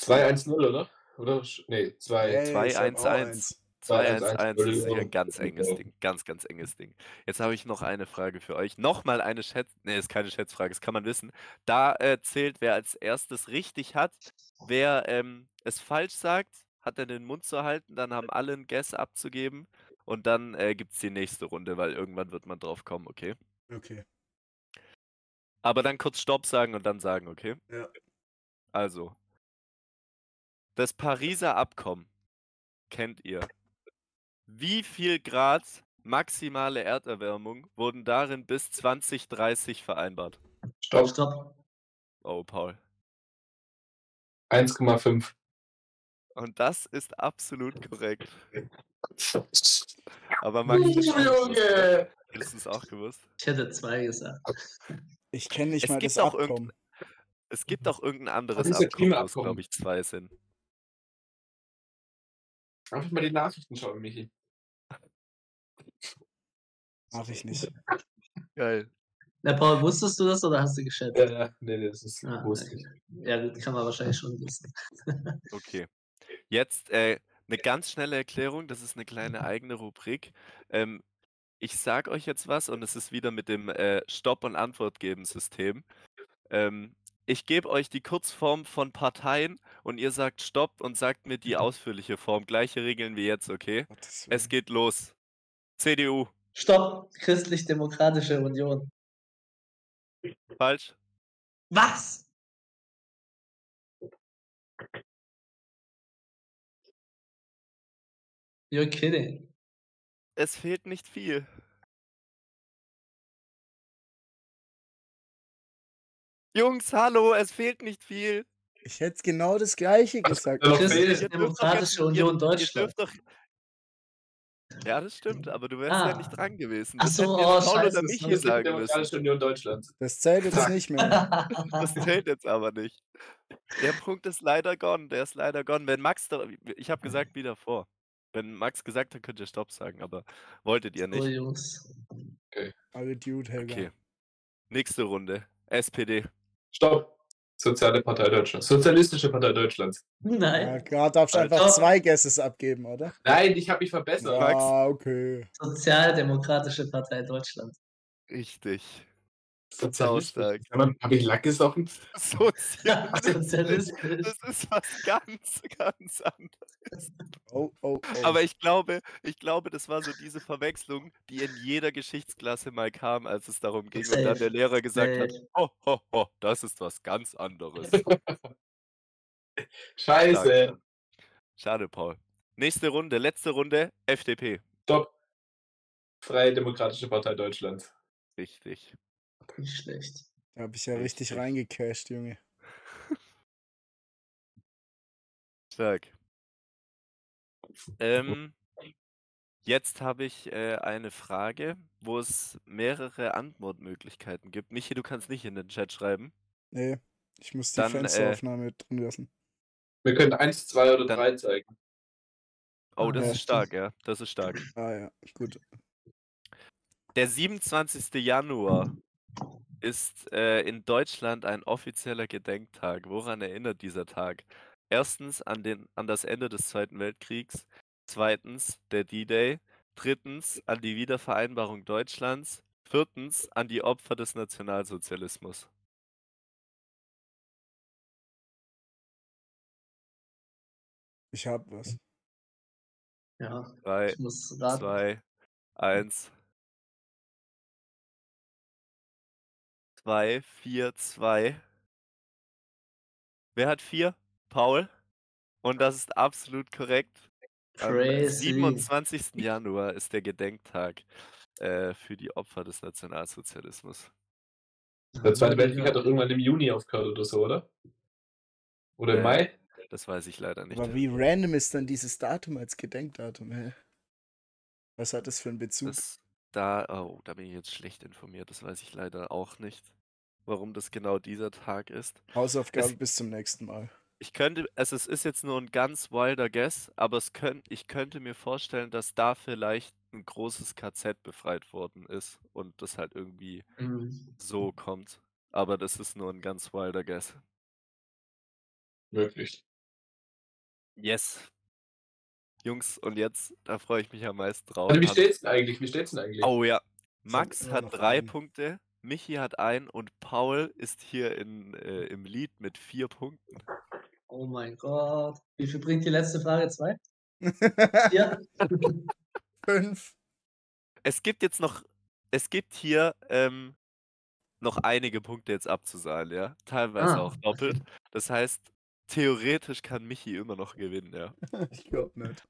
S4: 2-1-0, oder? Oder? Sch- Nee, 2.
S1: Ey, ich hab auch
S2: 2-1-1.
S1: eins.
S2: 2-1-1 ist sicher ein
S4: Entschuldigung.
S2: ganz enges Ding. Ganz, ganz enges Ding. Jetzt habe ich noch eine Frage für euch. Nochmal eine Schätz... Ne, ist keine Schätzfrage, das kann man wissen. Da äh, zählt, wer als erstes richtig hat. Wer ähm, es falsch sagt, hat er den Mund zu halten. Dann haben alle ein Guess abzugeben. Und dann äh, gibt es die nächste Runde, weil irgendwann wird man drauf kommen, okay?
S1: Okay.
S2: Aber dann kurz Stopp sagen und dann sagen, okay?
S1: Ja.
S2: Also. Das Pariser Abkommen kennt ihr. Wie viel Grad maximale Erderwärmung wurden darin bis 2030 vereinbart?
S4: Stopp.
S3: Stopp.
S2: Oh, Paul.
S4: 1,5.
S2: Und das ist absolut korrekt. Aber Max, hättest
S4: Mensch,
S2: du es gewusst, oder?
S4: Junge!
S2: hättest du es auch gewusst?
S3: Ich hätte zwei gesagt.
S1: Ich kenne nicht
S2: Es
S1: mal
S2: gibt
S1: das
S2: auch irgend-
S1: Abkommen.
S2: Es gibt auch irgendein anderes
S4: ist
S2: Abkommen, wo
S4: ja
S2: es,
S4: Klimaabkommen.
S2: glaube ich, zwei sind.
S4: Einfach mal die Nachrichten schauen, Michi.
S1: Darf ich nicht.
S2: Geil.
S3: Na, Paul, wusstest du das oder hast du geschätzt?
S4: Ja, ja, nee, das ist
S3: Ah,
S4: wusste
S3: okay.
S4: ich.
S3: Ja, gut, kann man wahrscheinlich schon wissen.
S2: Okay. Jetzt äh, eine ganz schnelle Erklärung. Das ist eine kleine eigene Rubrik. Ähm, ich sage euch jetzt was und es ist wieder mit dem äh, Stopp- und Antwortgeben-System. Ähm, ich gebe euch die Kurzform von Parteien und ihr sagt Stopp und sagt mir die ausführliche Form. Gleiche Regeln wie jetzt, okay?
S1: Gottes
S2: Es
S1: Willen.
S2: geht los. CDU.
S3: Stopp. Christlich-Demokratische Union.
S2: Falsch.
S3: Was? You're kidding.
S2: Es fehlt nicht viel. Jungs, hallo, es fehlt nicht viel.
S1: Ich hätte genau das gleiche
S2: Also
S1: gesagt.
S4: Noch
S3: Christ-
S4: fehlt-
S2: Ihr dürft doch jetzt
S3: Christlich-Demokratische
S2: nicht- ihr-
S3: Union
S2: ihr
S3: Deutschland.
S2: dürft doch- Ja, das stimmt, aber du wärst ja nicht
S3: Ah.
S2: dran gewesen.
S3: Ach
S2: Das
S3: so,
S2: hätten
S3: oh,
S2: jetzt Paul
S3: scheiße,
S2: oder
S3: das
S2: mich hier
S3: war
S4: Das ist die
S2: sagen müssen.
S4: Demokratische Union Deutschland.
S1: Das zählt jetzt nicht mehr.
S2: Das zählt jetzt aber nicht. Der Punkt ist leider gone. Der ist leider gone. Wenn Max, da- ich habe gesagt, wieder vor. Wenn Max gesagt hat, könnt ihr Stopp sagen, aber wolltet ihr
S3: Oh,
S2: nicht.
S3: Jungs.
S1: Alle Dude, Helga.
S2: Okay. Nächste Runde. SPD.
S4: Stopp. Soziale Partei Deutschlands. Sozialistische Partei Deutschlands.
S1: Ja,
S3: Nein.
S1: klar, darfst
S2: Äh,
S1: du einfach
S3: Alter.
S1: zwei Guesses abgeben, oder?
S4: Nein, ich habe mich verbessert.
S2: Max.
S1: Ah, okay.
S3: Sozialdemokratische Partei Deutschland.
S2: Richtig. Saustark.
S4: Habe ich Lack gesoffen?
S2: Sozialistisch.
S3: Sozialistisch.
S2: Das ist was ganz, ganz anderes.
S1: Oh, oh, oh.
S2: Aber ich glaube, ich glaube, das war so diese Verwechslung, die in jeder Geschichtsklasse mal kam, als es darum ging und dann
S3: Safe.
S2: der Lehrer gesagt hat,
S3: Safe.
S2: ho, ho, ho, das ist was ganz anderes.
S4: Scheiße.
S2: Stark. Schade, Paul. Nächste Runde, letzte Runde, FDP.
S4: Stopp. Freie Demokratische Partei Deutschlands.
S2: Richtig.
S3: Nicht schlecht.
S1: da habe ich ja richtig
S2: Richtig.
S1: reingecasht, Junge.
S2: Stark. Ähm, jetzt habe ich äh, eine Frage, wo es mehrere Antwortmöglichkeiten gibt. Michi, du kannst nicht in den Chat schreiben.
S1: Nee, ich muss die
S2: Dann, äh,
S1: Fensteraufnahme drin lassen.
S4: Wir können eins, zwei oder
S2: Dann-
S4: drei zeigen.
S2: Oh,
S3: Ah,
S2: das
S1: ja,
S2: ist
S1: stimmt.
S2: stark, ja. Das ist stark.
S1: Ah ja, gut.
S2: Der 27. Januar ist äh, in Deutschland ein offizieller Gedenktag. Woran erinnert dieser Tag? Erstens an, den, an das Ende des Zweiten Weltkriegs. Zweitens der D-Day. Drittens an die Wiedervereinbarung Deutschlands. Viertens an die Opfer des Nationalsozialismus.
S1: Ich hab was.
S3: Ja,
S2: Drei,
S3: ich muss raten.
S1: Hm.
S2: zwei, eins. Zwei, vier, zwei. Wer hat vier? Paul. Und das ist absolut korrekt. Am äh,
S3: Crazy.
S2: 27. Januar ist der Gedenktag äh, für die Opfer des Nationalsozialismus.
S4: Der Zweite Weltkrieg
S3: Ja.
S4: hat doch irgendwann im Juni aufgehört oder so, oder? Oder im
S2: Äh,
S4: Mai?
S2: Das weiß ich leider nicht.
S1: Aber wie random ist dann dieses Datum als Gedenkdatum, hä? Was hat das für einen Bezug?
S2: Das, da, oh, da bin ich jetzt schlecht informiert. Das weiß ich leider auch nicht, warum das genau dieser Tag ist.
S1: Hausaufgabe
S2: es-
S1: bis zum nächsten Mal.
S2: Ich könnte, also es ist jetzt nur ein ganz wilder Guess, aber es könnt, ich könnte mir vorstellen, dass da vielleicht ein großes KZ befreit worden ist und das halt irgendwie
S3: Mhm.
S2: so kommt. Aber das ist nur ein ganz wilder Guess.
S4: Wirklich.
S2: Yes. Jungs, und jetzt, da freue ich mich am meisten drauf.
S4: Also, wie
S2: Hat-
S4: steht's denn eigentlich? Wie steht's denn eigentlich?
S2: Oh ja.
S1: Fällt
S2: Max
S1: immer
S2: hat
S1: noch
S2: drei
S1: ein.
S2: Punkte, Michi hat einen und Paul ist hier in, äh, im Lied mit vier Punkten.
S3: Oh mein Gott. Wie viel bringt die letzte Frage? Zwei? Ja.
S1: Fünf.
S2: Es gibt jetzt noch, es gibt hier ähm, noch einige Punkte jetzt abzusahlen, ja. Teilweise
S3: Ah,
S2: auch doppelt. Das heißt, theoretisch kann Michi immer noch gewinnen, ja.
S1: Ich glaub nicht.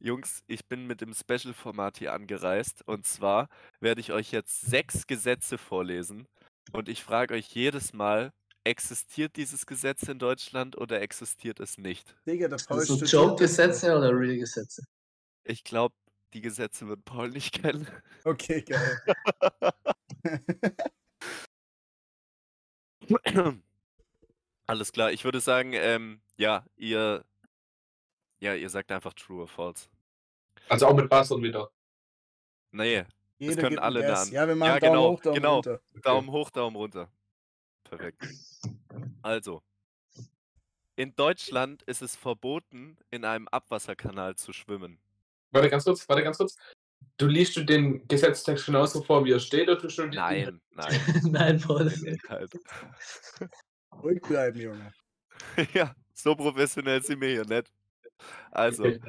S2: Jungs, ich bin mit dem Special-Format hier angereist. Und zwar werde ich euch jetzt sechs Gesetze vorlesen. Und ich frage euch jedes Mal, existiert dieses Gesetz in Deutschland oder existiert es nicht?
S1: Digga, der Paul
S3: Also
S1: studiert das
S3: Joke-Gesetze oder Real-Gesetze?
S2: Ich glaube, die Gesetze wird Paul nicht kennen.
S1: doch. Okay, geil.
S2: Alles klar, ich würde sagen, ähm, ja, ihr. Ja, ihr sagt einfach true or false.
S4: Also auch mit Bassern wieder.
S2: Nee,
S1: Jeder
S2: können
S1: gibt einen
S2: alle eine
S1: Guess.
S2: An-
S1: Ja, wir machen
S2: Ja,
S1: Daumen
S2: genau,
S1: hoch, Daumen
S2: genau.
S1: runter.
S2: Daumen hoch, Daumen runter. Perfekt. Also, in Deutschland ist es verboten, in einem Abwasserkanal zu schwimmen.
S4: Warte ganz kurz, warte ganz kurz. Du liest du den Gesetztext genauso vor, wie er steht, oder tust du die
S2: Nein, nein,
S3: Nein, Paul.
S2: den Inhalt.
S1: Ruhig bleiben, Junge.
S2: ja, so professionell sind wir hier nicht. Also,
S4: Okay.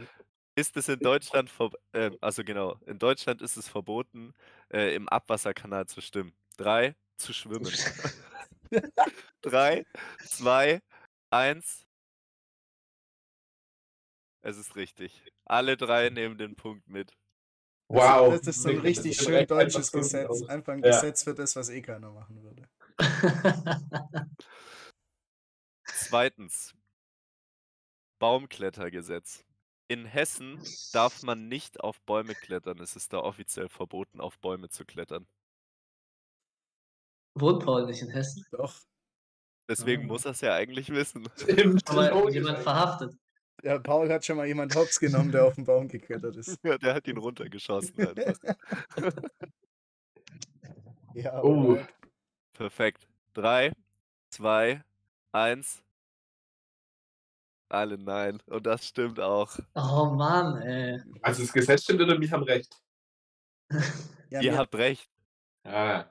S2: ist es in Deutschland, ver äh, also genau, in Deutschland ist es verboten, äh, im Abwasserkanal zu stimmen. Drei, zu schwimmen. Drei, zwei, eins. Es ist richtig. Alle drei nehmen den Punkt mit.
S4: Wow.
S1: Das ist so ein
S4: Wirklich,
S1: richtig
S4: das ist
S1: schön
S4: echt einfach
S1: deutsches
S4: so ein-
S1: Gesetz. Einfach ein
S4: Ja.
S1: Gesetz für das, was eh keiner machen würde.
S2: Zweitens. Baumklettergesetz. In Hessen darf man nicht auf Bäume klettern. Es ist da offiziell verboten, auf Bäume zu klettern.
S3: Wohnt Paul nicht in Hessen?
S1: Doch.
S2: Deswegen
S1: Ah.
S2: muss er es ja eigentlich wissen.
S4: Stimmt. Oh,
S3: Aber
S4: Logisch
S3: jemand
S4: eigentlich.
S3: verhaftet.
S1: Ja, Paul hat schon mal jemand hops genommen, der auf den Baum geklettert ist.
S2: Ja, der hat ihn runtergeschossen einfach.
S1: Ja,
S4: Oh.
S1: alright.
S2: Perfekt. Drei, zwei, eins. Alle nein. Und das stimmt auch.
S3: Oh Mann, ey.
S4: Also das Gesetz stimmt oder mich haben recht.
S1: ja,
S2: Ihr
S1: mir-
S2: habt recht.
S4: Ah.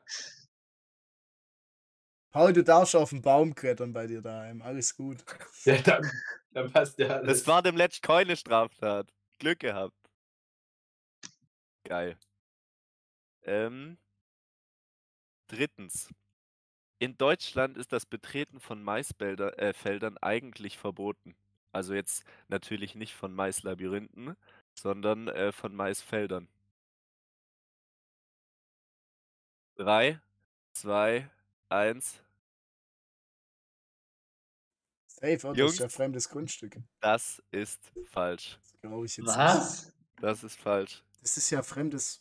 S1: Paul, du darfst auf den Baum klettern bei dir daheim. Alles gut.
S4: Ja, dann, dann passt ja alles.
S2: Das war dem Letsch keine Straftat. Glück gehabt. Geil. Ähm, drittens. In Deutschland ist das Betreten von Maisfeldern äh, Feldern eigentlich verboten. Also jetzt natürlich nicht von Maislabyrinthen, sondern äh, von Maisfeldern. Drei, zwei, eins.
S1: Safe, oder? Das
S2: Jungs.
S1: ist ja fremdes Grundstück.
S2: Das ist falsch.
S1: Das glaube ich jetzt nicht.
S3: Was?
S2: Das ist falsch.
S1: Das ist ja fremdes.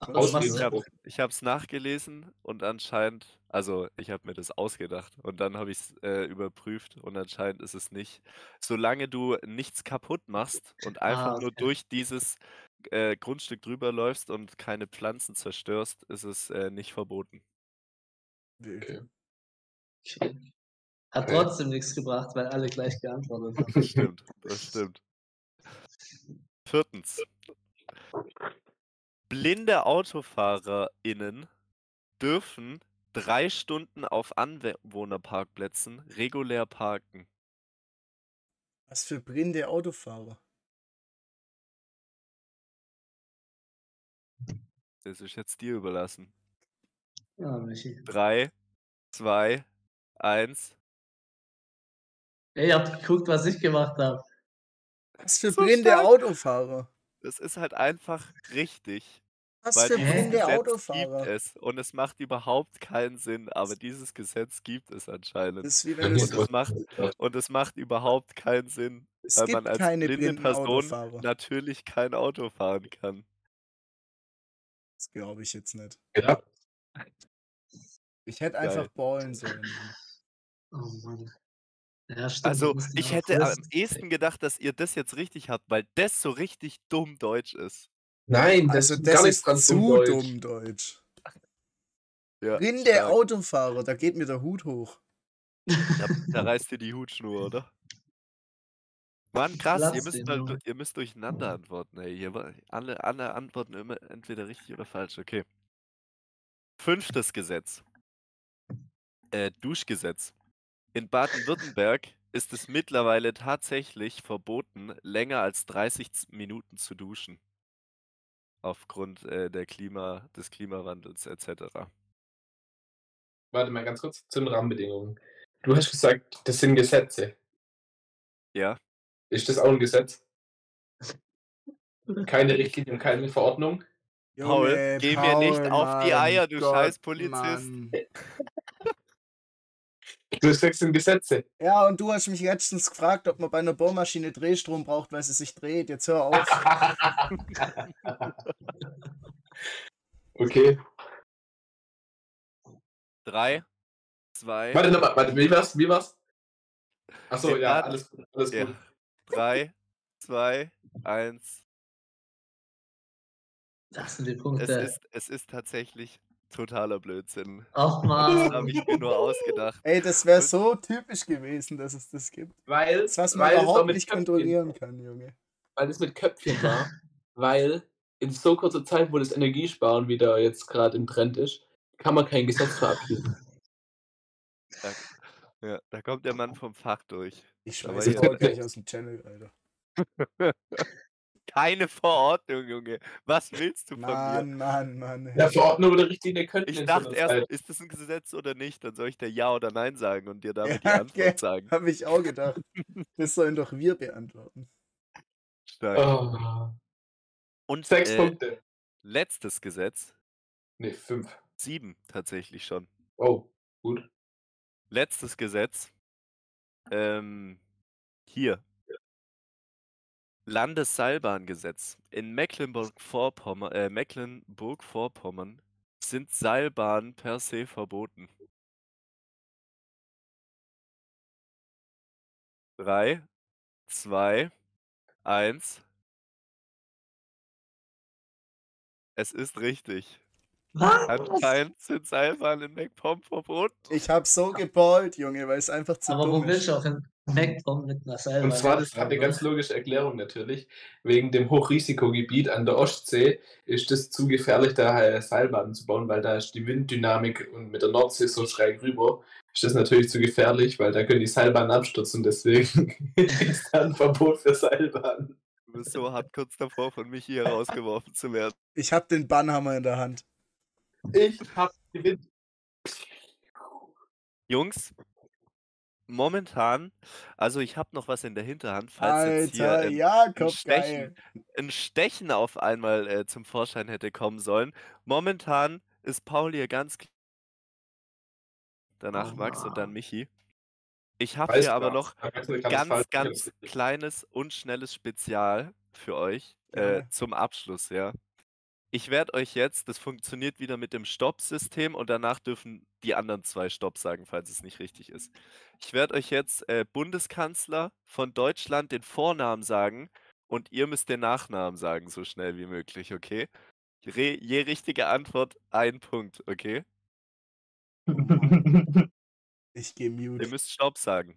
S3: Aber
S1: Aus
S3: du machst
S1: dem
S2: Ich
S3: ja-
S2: habe ich hab's nachgelesen und anscheinend, also ich habe mir das ausgedacht und dann habe ich es äh, überprüft und anscheinend ist es nicht. Solange du nichts kaputt machst und einfach nur
S3: okay.
S2: durch dieses äh, Grundstück drüber läufst und keine Pflanzen zerstörst, ist es äh, nicht verboten.
S1: Wild.
S3: Okay. Hat
S2: Äh.
S4: Okay.
S3: trotzdem nichts gebracht, weil alle gleich geantwortet haben.
S2: Das stimmt, das stimmt. Viertens. Blinde AutofahrerInnen dürfen drei Stunden auf Anwohnerparkplätzen regulär parken.
S1: Was für blinde Autofahrer.
S2: Das ist jetzt dir überlassen.
S3: Ja, Ah, Michi.
S2: Drei, zwei, eins.
S3: Ey, ihr habt geguckt, was ich gemacht habe.
S1: Was für
S2: So
S1: blinde
S2: stark.
S1: Autofahrer.
S2: Das ist halt einfach richtig.
S1: Was
S2: weil
S1: für
S2: dieses
S3: Hä?
S1: blinde
S2: Gesetz
S1: Autofahrer.
S2: gibt äh, es und es macht überhaupt keinen Sinn, aber dieses Gesetz gibt es anscheinend.
S1: Das ist wie
S4: Ja,
S1: wenn
S4: gut,
S1: du
S2: Und
S1: es.
S4: aber-
S2: es macht, und es macht überhaupt keinen Sinn,
S1: Es
S2: weil
S1: gibt
S2: man als
S1: keine
S2: blinde
S1: blinden
S2: Person
S1: Autofahrer.
S2: natürlich kein Auto fahren kann.
S1: Das glaube ich jetzt nicht.
S4: Ja,
S1: Ich hätte
S2: Geil.
S1: einfach ballen sollen.
S3: Oh Mann. Ja, stimmt. wir
S2: Also,
S3: müssen
S2: ich
S3: ja auch
S2: hätte am
S3: Fristen
S2: ehesten
S3: stecken.
S2: gedacht, dass ihr das jetzt richtig habt, weil das so richtig dumm Deutsch ist.
S4: Nein, das
S1: Also
S4: ist
S1: das
S4: gar nichts
S1: ist
S4: dran
S1: zu
S4: Deutsch.
S1: dumm Deutsch.
S2: Ja,
S1: Blinde
S2: stark.
S1: Autofahrer, da geht mir der Hut hoch.
S2: Da, da reißt dir die Hutschnur, oder? Mann, krass, ihr
S3: Lass
S2: müsst,
S3: den
S2: mal,
S3: nur. Hm.
S2: ihr müsst durcheinander antworten, ey. Hier, wa- alle, alle antworten immer entweder richtig oder falsch, okay. Fünftes Gesetz. Äh, Duschgesetz. In Baden-Württemberg ist es mittlerweile tatsächlich verboten, länger als 30 Z- Minuten zu duschen. Aufgrund äh, der Klima, des Klimawandels etc.
S4: Warte mal ganz kurz zu den Rahmenbedingungen. Du hast gesagt, das sind Gesetze.
S2: Ja.
S4: Ist das auch ein Gesetz? Keine Richtlinie und keine Verordnung?
S2: Paul, geh mir nicht auf die
S1: mein
S2: Eier, du scheiß Polizist.
S1: Mann.
S4: Du hast gesagt, es sind Gesetze.
S1: Ja, und du hast mich letztens gefragt, ob man bei einer Bohrmaschine Drehstrom braucht, weil sie sich dreht. Jetzt hör auf.
S4: okay.
S2: Drei, zwei,
S4: Warte nochmal, warte, wie war's? Wie war's? Achso,
S2: Wir
S4: ja,
S2: warten.
S4: alles gut, alles
S2: Ja.
S4: gut.
S2: drei, zwei, eins.
S3: Das sind die
S2: Es
S3: Punkte.
S2: ist, es ist tatsächlich totaler Blödsinn.
S3: Auch
S2: Das
S3: mal.
S2: habe ich mir nur ausgedacht.
S1: Ey, das wäre so typisch gewesen, dass es das gibt.
S4: Weil,
S1: Das, was man
S4: weil es auch
S1: überhaupt
S4: mit
S1: nicht
S4: Köpfchen-
S1: kontrollieren kann, Junge.
S4: Weil es mit Köpfchen war, weil in so kurzer Zeit, wo das Energiesparen wieder jetzt gerade im Trend ist, kann man kein Gesetz verabschieden.
S2: Da, ja, da kommt der Mann vom Fach durch.
S1: Ich
S2: Aber
S1: schmeiß
S2: ihr-
S1: Paul gleich aus dem Channel, Alter.
S2: Keine Verordnung, Junge. Was willst du von mir?
S1: Mann, Mann, Mann. ey.
S4: Ja, Verordnung oder Richtlinie könnten
S2: Ich
S4: in so einer
S2: dachte
S4: Zeit-
S2: erst, ist das ein Gesetz oder nicht? Dann soll ich dir Ja oder Nein sagen und dir damit
S1: Ja,
S2: die Antwort
S1: gell.
S2: sagen.
S1: Hab ich auch gedacht. Das sollen doch wir beantworten.
S2: Stark.
S4: Oh,
S2: Und
S4: sechs
S2: äh,
S4: Punkte.
S2: letztes Gesetz,
S4: Ne, fünf.
S2: sieben tatsächlich schon.
S4: Oh, gut.
S2: Letztes Gesetz. Ähm, hier. äh Landesseilbahngesetz. In Mecklenburg-Vorpommern äh, Mecklenburg sind Seilbahnen per se verboten. Drei, zwei, eins. Es ist richtig.
S3: Was?
S2: Anscheinend sind Seilbahnen in Mecklenburg verboten.
S1: Ich hab so geballt, Junge, weil es einfach zu
S3: Aber wo
S1: dumm
S3: willst
S1: ist.
S3: du auch hin? Wegkommen mit einer Seilbahn?
S4: Und zwar, das hat eine ganz logische Erklärung natürlich. Wegen dem Hochrisikogebiet an der Ostsee ist es zu gefährlich, da äh, Seilbahnen zu bauen, weil da ist die Winddynamik und mit der Nordsee so schräg rüber. Ist das natürlich zu gefährlich, weil da können die Seilbahnen abstürzen. Deswegen ist da ein Verbot für Seilbahnen.
S2: Du bist so hart kurz davor, von mich hier rausgeworfen zu werden.
S1: Ich hab den Bannhammer in der Hand.
S4: Ich hab gewinnt.
S2: Jungs, momentan, also ich habe noch was in der Hinterhand, falls jetzt hier
S1: Alter,
S2: ähm,
S1: Jakob, geil.
S2: Stechen. ein Stechen auf einmal äh, zum Vorschein hätte kommen sollen. Momentan ist Paul hier ganz kl- danach
S3: Oh
S2: Max und dann
S3: Mann.
S2: Michi. Ich habe hier aber noch ganz, ganz kleines und schnelles Spezial für euch äh,
S1: Gerne.
S2: zum Abschluss, ja. Ich werde euch jetzt, das funktioniert wieder mit dem Stopp-System und danach dürfen die anderen zwei Stopp sagen, falls es nicht richtig ist. Ich werde euch jetzt äh, Bundeskanzler von Deutschland den Vornamen sagen und ihr müsst den Nachnamen sagen, so schnell wie möglich, okay? Re je richtige Antwort ein Punkt, okay?
S1: Ich geh
S2: Ihr
S1: mute.
S2: müsst Stopp sagen.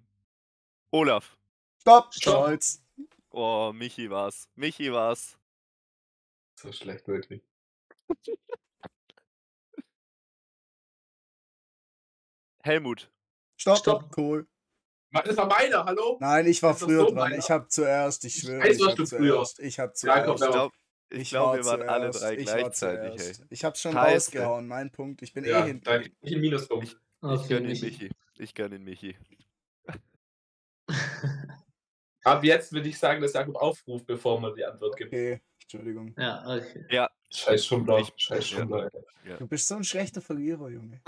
S2: Olaf.
S1: Stopp,
S3: Stopp.
S1: Scholz.
S2: Oh, Michi war's. Michi war's.
S4: So schlecht, wirklich.
S2: Helmut.
S1: Stopp,
S3: Stopp.
S1: Kohl.
S4: Das war meiner, hallo?
S1: Nein, ich war
S4: Ist das
S1: früher
S4: so
S1: dran.
S4: meiner?
S1: Ich hab zuerst, ich schwöre.
S4: weiß,
S1: Ich
S4: was
S1: hab
S4: du früher-
S1: zuerst. Ich hab
S4: Ja, komm,
S1: zuerst.
S4: wer war-
S2: glaub- ich glaube, wir waren alle
S1: zuerst,
S2: drei
S1: ich war
S2: gleichzeitig.
S1: zuerst.
S2: ey.
S1: Ich hab schon
S2: Scheiße.
S1: rausgehauen, mein Punkt. Ich bin eh
S4: Ja,
S1: hinten.
S4: danke. Ich einen Minuspunkt.
S2: Ich gönn ihn
S3: Michi.
S2: Michi. Ich gönn ihn Michi.
S4: Ab jetzt würde ich sagen, dass Jakob aufruft, bevor man die Antwort gibt.
S1: Okay, Entschuldigung.
S3: Ja, okay.
S4: Scheiß Schummler,
S2: Ich-
S4: scheiß
S2: ja.
S4: Schummler.
S1: Du bist so ein schlechter Verlierer, Junge.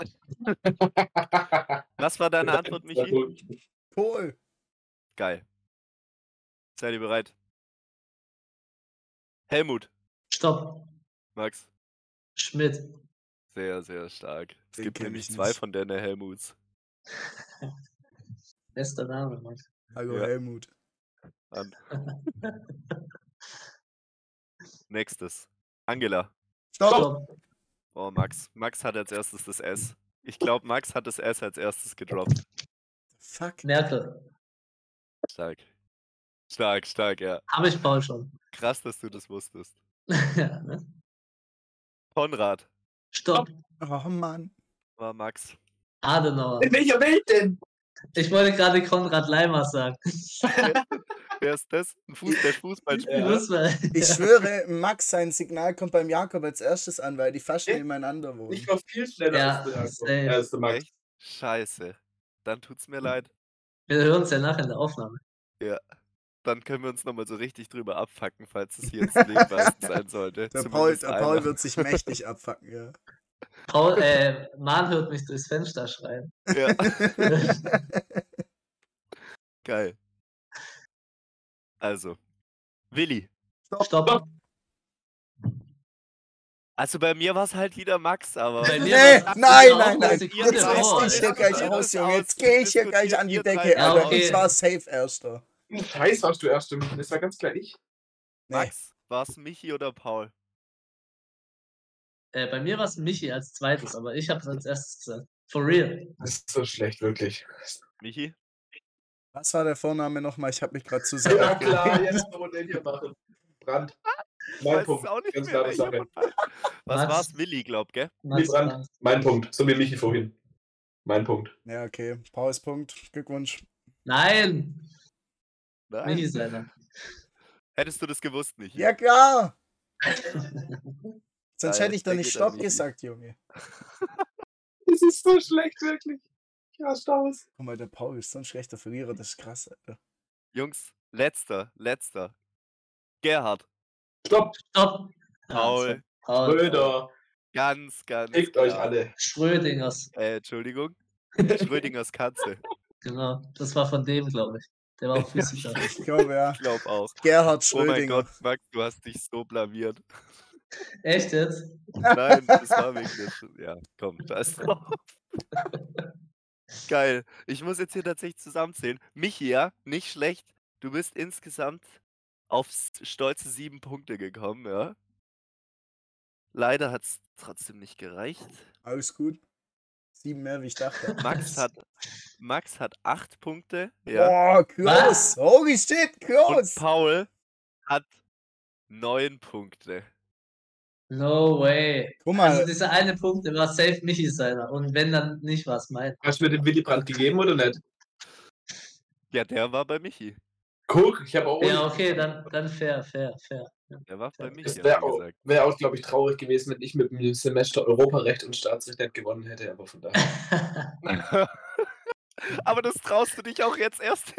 S2: Was war deine Antwort, Michi?
S1: Kohl.
S2: Geil. Seid ihr bereit? Helmut.
S3: Stopp.
S2: Max.
S3: Schmidt.
S2: Sehr, sehr stark. Es
S1: Den
S2: gibt
S1: kenn
S2: nämlich
S1: ich
S2: zwei
S1: nicht.
S2: von deinen Helmuts.
S3: Bester Name, Mann.
S1: Hallo
S2: Ja.
S1: Helmut.
S2: An. Nächstes. Angela.
S1: Stopp.
S3: Stopp.
S2: Oh, Max. Max hat als erstes das S. Ich glaube, Max hat das S als erstes gedroppt.
S1: Fuck.
S3: Merkel.
S2: Stark. Stark, stark, ja.
S3: Habe ich Paul schon.
S2: Krass, dass du das wusstest.
S3: ja, ne?
S2: Konrad
S3: Stopp.
S1: Oh Mann.
S2: war Max.
S3: Adenauer.
S4: In Äh, welcher Welt denn?
S3: Ich wollte gerade Konrad Leimer sagen.
S2: Wer ist das? Ein Fuß, der Fußballspieler.
S3: Fußball.
S1: Ich schwöre, Max, sein Signal kommt beim Jakob als erstes an, weil die fast
S4: Echt?
S1: nebeneinander wohnen.
S4: Ich war viel schneller
S3: Ja,
S4: als der
S3: safe.
S4: Jakob. Als der Max.
S2: Echt? Scheiße. Dann tut's mir leid.
S3: Wir hören uns ja nachher in der Aufnahme.
S2: Dann können wir uns nochmal so richtig drüber abfacken, falls es hier jetzt lebweisend sein sollte.
S1: Der Paul,
S2: Zumindest
S1: der Paul
S2: einer.
S1: wird sich mächtig abfacken, ja.
S3: Paul, äh, Mann hört mich durchs Fenster schreien.
S2: Ja, geil. Also, Willi.
S3: Stopp.
S2: Also bei mir war es halt wieder Max, aber.
S3: Bei mir
S1: nee, nein,
S3: war's- ich bin
S1: nein,
S3: auch
S1: nein.
S3: eine Sekunde
S1: Jetzt
S3: vor,
S1: reiß dich hier
S3: Alter.
S1: gleich
S2: Diskutiert
S1: aus,
S2: es
S1: Junge.
S2: aus,
S1: Jetzt gehe ich hier gleich an die
S2: diskutiert ihr
S1: Decke,
S2: drei
S1: Alter.
S3: aus. Ja,
S1: Ich war safe Erster.
S4: Hm, Scheiß warst du erst im Das war ganz klar ich.
S1: Nee.
S2: Max, war es Michi oder Paul?
S3: Äh, bei mir war es Michi als zweites, aber ich habe es als erstes gesagt. For real.
S4: Das ist so schlecht, wirklich.
S2: Michi?
S1: Was war der Vorname nochmal? Ich habe mich gerade zu sehr.
S4: Ja
S1: aufgeregt.
S4: klar, jetzt wo wir den hier machen. Brand. Mein
S2: Weiß
S4: Punkt.
S2: es auch nicht
S4: Ganz
S2: mehr,
S4: klare
S2: welcher
S4: Sache.
S2: von beiden. Was
S3: Max.
S2: war's? Milli, glaub, gell?
S4: Nee,
S3: Max
S4: Brand. Mein Punkt. So wie Michi vorhin. Mein Punkt.
S1: Ja, okay. Paul ist Punkt. Glückwunsch.
S3: Nein! Michi
S2: Nein.
S3: ist einer.
S2: Hättest du das gewusst, Michi?
S1: Ja, klar. Sonst
S2: Ja,
S1: hätte ich
S2: jetzt
S1: doch
S2: denke
S1: nicht
S2: ich,
S1: Stopp
S2: dass ich-
S1: gesagt, Junge.
S4: Das ist so schlecht, wirklich. Ja, Staus.
S1: Guck mal, der Paul ist so ein schlechter Verlierer. Das ist krass, Alter.
S2: Jungs, letzter, letzter. Gerhard,
S4: Stopp.
S3: Stopp!
S2: Paul,
S3: Paul.
S4: Röder.
S2: ganz, ganz.
S4: Fickt euch
S2: klar.
S4: alle.
S3: Schrödingers.
S2: Äh, Entschuldigung. Schrödingers Katze.
S3: Genau. Das war von dem, glaube ich. Der war auch Physiker.
S1: Ich glaube, ja.
S2: Ich glaube auch.
S1: Gerhard
S2: Oh mein
S1: Schrödinger.
S2: Gott, Max, du hast dich so blamiert.
S3: Echt jetzt?
S2: Nein, das war wegen des. Ja, komm, scheiß drauf. Geil. Ich muss jetzt hier tatsächlich zusammenzählen. Michi, ja, nicht schlecht. Du bist insgesamt auf s- stolze sieben Punkte gekommen, ja. Leider hat es trotzdem nicht gereicht.
S1: Alles gut. Sieben mehr, wie ich dachte.
S2: Max hat, Max hat acht Punkte, ja.
S1: Boah, krass.
S3: Was?
S1: Holy shit,
S2: Und
S1: krass.
S2: Paul hat neun Punkte.
S3: No way.
S1: Guck
S3: Also
S1: mal,
S3: dieser eine Punkt, der war safe Michi seiner. Und wenn dann nicht, war es mein.
S4: Hast du mir den Willy Brandt gegeben oder nicht?
S2: Ja, der war bei Michi.
S4: Guck, ich habe auch.
S3: Ja, okay, dann, dann fair, fair, fair.
S2: Der war bei
S3: Ja,
S2: Michi,
S4: Es
S2: hat
S4: wäre
S2: er
S4: auch,
S2: gesagt.
S4: wär auch glaube ich, traurig gewesen, wenn ich mit dem Semester Europarecht und Staatsrecht nicht gewonnen hätte, aber von daher.
S2: Aber das traust du dich auch jetzt erst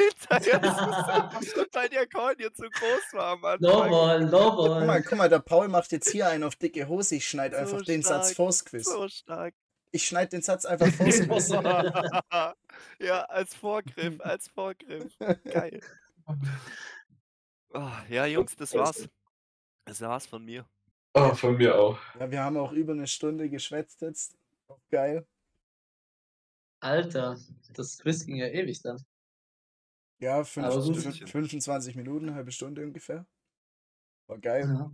S2: hinterher, das ist so- weil der Coin hier zu groß war am
S3: no
S2: Anfang.
S3: ball, no
S1: guck mal,
S3: ball.
S1: guck mal, der Paul macht jetzt hier einen auf dicke Hose. Ich schneide
S2: So
S1: einfach den Satz
S2: stark,
S1: vors Quiz.
S2: So stark.
S1: Ich schneide den Satz einfach vors Quiz.
S2: ja, als Vorgriff, als Vorgriff. Geil. Ah, ja, Jungs, das war's. Das war's von mir.
S4: Oh, von mir auch.
S1: Ja, wir haben auch über eine Stunde geschwätzt jetzt. Auch Geil.
S3: Alter, das Quiz ging ja ewig dann.
S1: Ja, fünf,
S3: Aber gut.
S1: fün- 25 Minuten, halbe Stunde ungefähr. War geil.
S3: Ja.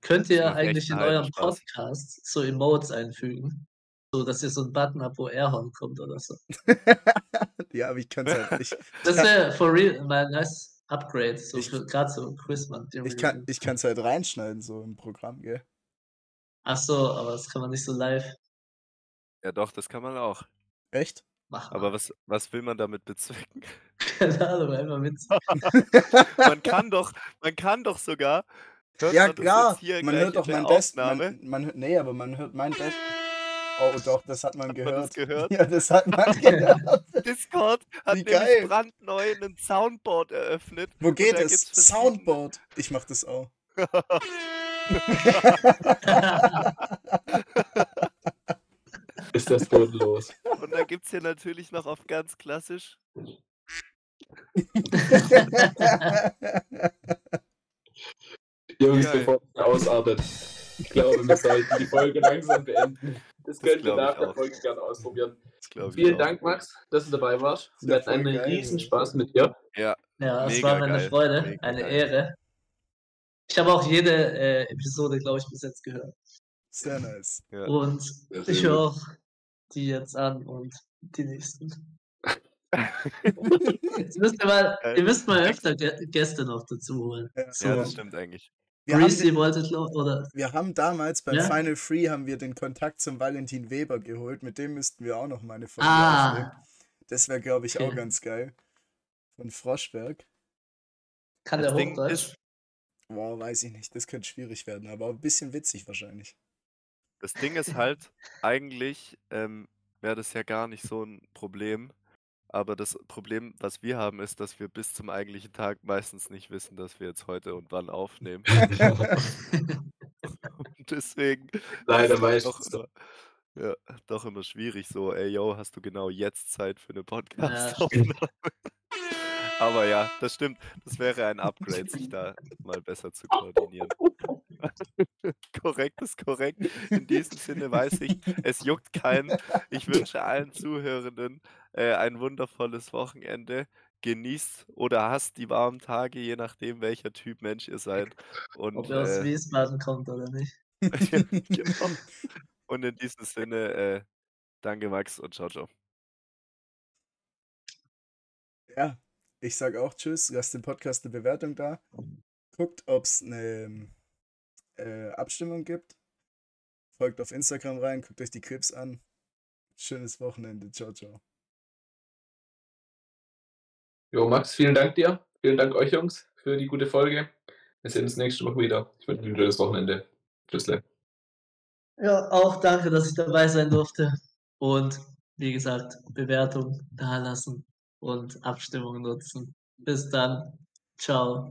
S3: Könnt ihr
S2: macht echt
S3: eigentlich in
S2: einen halben
S3: eurem
S2: Spaß.
S3: Podcast so Emotes einfügen? So, dass ihr so einen Button habt, wo Airhorn kommt oder so.
S1: Ja, aber ich kann es halt nicht.
S3: Das wäre for real mein nice Upgrade. So
S1: Ich-
S3: für gerade so Quizman.
S1: Ich kann es halt reinschneiden, so im Programm, gell?
S3: Ach so, aber das kann man nicht so live
S2: Ja, doch, das kann man auch.
S1: Echt?
S3: machen.
S1: Ah.
S2: Aber was, was will man damit bezwecken?
S3: keine Ahnung, einfach mit.
S2: Man kann doch, man kann doch sogar. hört
S1: ja,
S2: man das
S1: klar.
S2: jetzt hier
S1: Man
S2: gleich
S1: hört
S2: in
S1: doch
S2: der
S1: mein Best.
S2: Aufnahme?
S1: Man, man, hört- nee, aber man hört mein Best. Oh, doch, das hat man
S2: Hat man
S1: gehört.
S2: das gehört?
S1: Ja, das hat man gehört.
S2: Discord hat
S1: Wie
S2: nämlich
S1: geil.
S2: brandneu einen Soundboard eröffnet.
S1: Wo geht
S2: da
S1: es?
S2: gibt's verschiedene-
S1: Soundboard. Ich mach das auch.
S4: Ist das gut los?
S2: Und da gibt es hier natürlich noch auf ganz klassisch.
S4: Jungs,
S2: Geil.
S4: bevor es ausartet. Ich glaube, wir sollten die Folge langsam beenden. Das können wir
S2: glaub ich
S4: nach der
S2: auch.
S4: Folge gerne ausprobieren.
S2: Das glaub ich
S4: Vielen
S2: auch.
S4: Dank, Max, dass du dabei warst.
S1: Ist
S4: Wir
S1: ja
S4: hatten einen
S1: voll geil,
S4: riesen
S1: Junge.
S4: Spaß mit dir.
S3: Ja, es
S2: Mega
S3: war mir eine
S2: geil,
S3: Freude,
S2: mega
S3: eine
S2: geil.
S3: Ehre. Ich habe auch jede äh, Episode, glaube ich, bis jetzt gehört.
S1: Sehr nice.
S2: Ja.
S3: Und
S4: Ja, sehr
S3: ich
S4: gut.
S3: höre auch die jetzt an und die nächsten. Jetzt müsst ihr, mal,
S2: Äh.
S3: ihr müsst mal öfter Gä- Gäste noch dazu holen.
S1: Ja.
S3: So,
S2: Ja, das stimmt eigentlich.
S1: Wir haben,
S3: Greasy
S1: den,
S3: wollte, glaub- oder
S1: wir haben damals beim
S3: Ja?
S1: Final Free haben wir den Kontakt zum Valentin Weber geholt. Mit dem müssten wir auch noch mal eine Folge
S3: Ah,
S1: aufnehmen. Das wäre, glaube ich, auch
S3: Okay.
S1: ganz geil. Von Froschberg.
S3: kann
S2: Das
S3: der
S2: Ding
S3: Hochdeutsch?
S2: ist-
S1: Boah, weiß ich nicht. Das könnte schwierig werden, aber ein bisschen witzig wahrscheinlich.
S2: Das Ding ist halt, eigentlich ähm, wäre das ja gar nicht so ein Problem. Aber das Problem, was wir haben, ist, dass wir bis zum eigentlichen Tag meistens nicht wissen, dass wir jetzt heute und wann aufnehmen. Und Deswegen ist
S4: Leider
S2: es
S4: weiß
S2: doch
S4: ich so.
S2: immer, ja, doch immer schwierig so, ey yo, hast du genau jetzt Zeit für eine
S3: Ja,
S2: Podcast-Aufnahme? Aber ja, das stimmt. Das wäre ein Upgrade, sich da mal besser zu koordinieren. korrekt ist korrekt. In diesem Sinne weiß ich, es juckt keinen. Ich wünsche allen Zuhörenden äh, ein wundervolles Wochenende. Genießt oder hasst die warmen Tage, je nachdem, welcher Typ Mensch ihr seid. Und,
S3: Ob er aus
S2: äh,
S3: Wiesbaden kommt oder nicht.
S2: ja, genau. Und in diesem Sinne, äh, danke Max und ciao, ciao.
S1: Ja, ich sag auch Tschüss, lasst dem Podcast eine Bewertung da. Guckt, ob es eine äh, Abstimmung gibt. Folgt auf Instagram rein, guckt euch die Clips an. Schönes Wochenende. Ciao, ciao.
S4: Jo, Max, vielen Dank dir. Vielen Dank euch, Jungs, für die gute Folge. Wir sehen uns nächste Woche wieder. Ich wünsche euch ein schönes Wochenende. Tschüss. Leute.
S3: Ja, auch danke, dass ich dabei sein durfte. Und wie gesagt, Bewertung da lassen und Abstimmung nutzen. Bis dann. Ciao.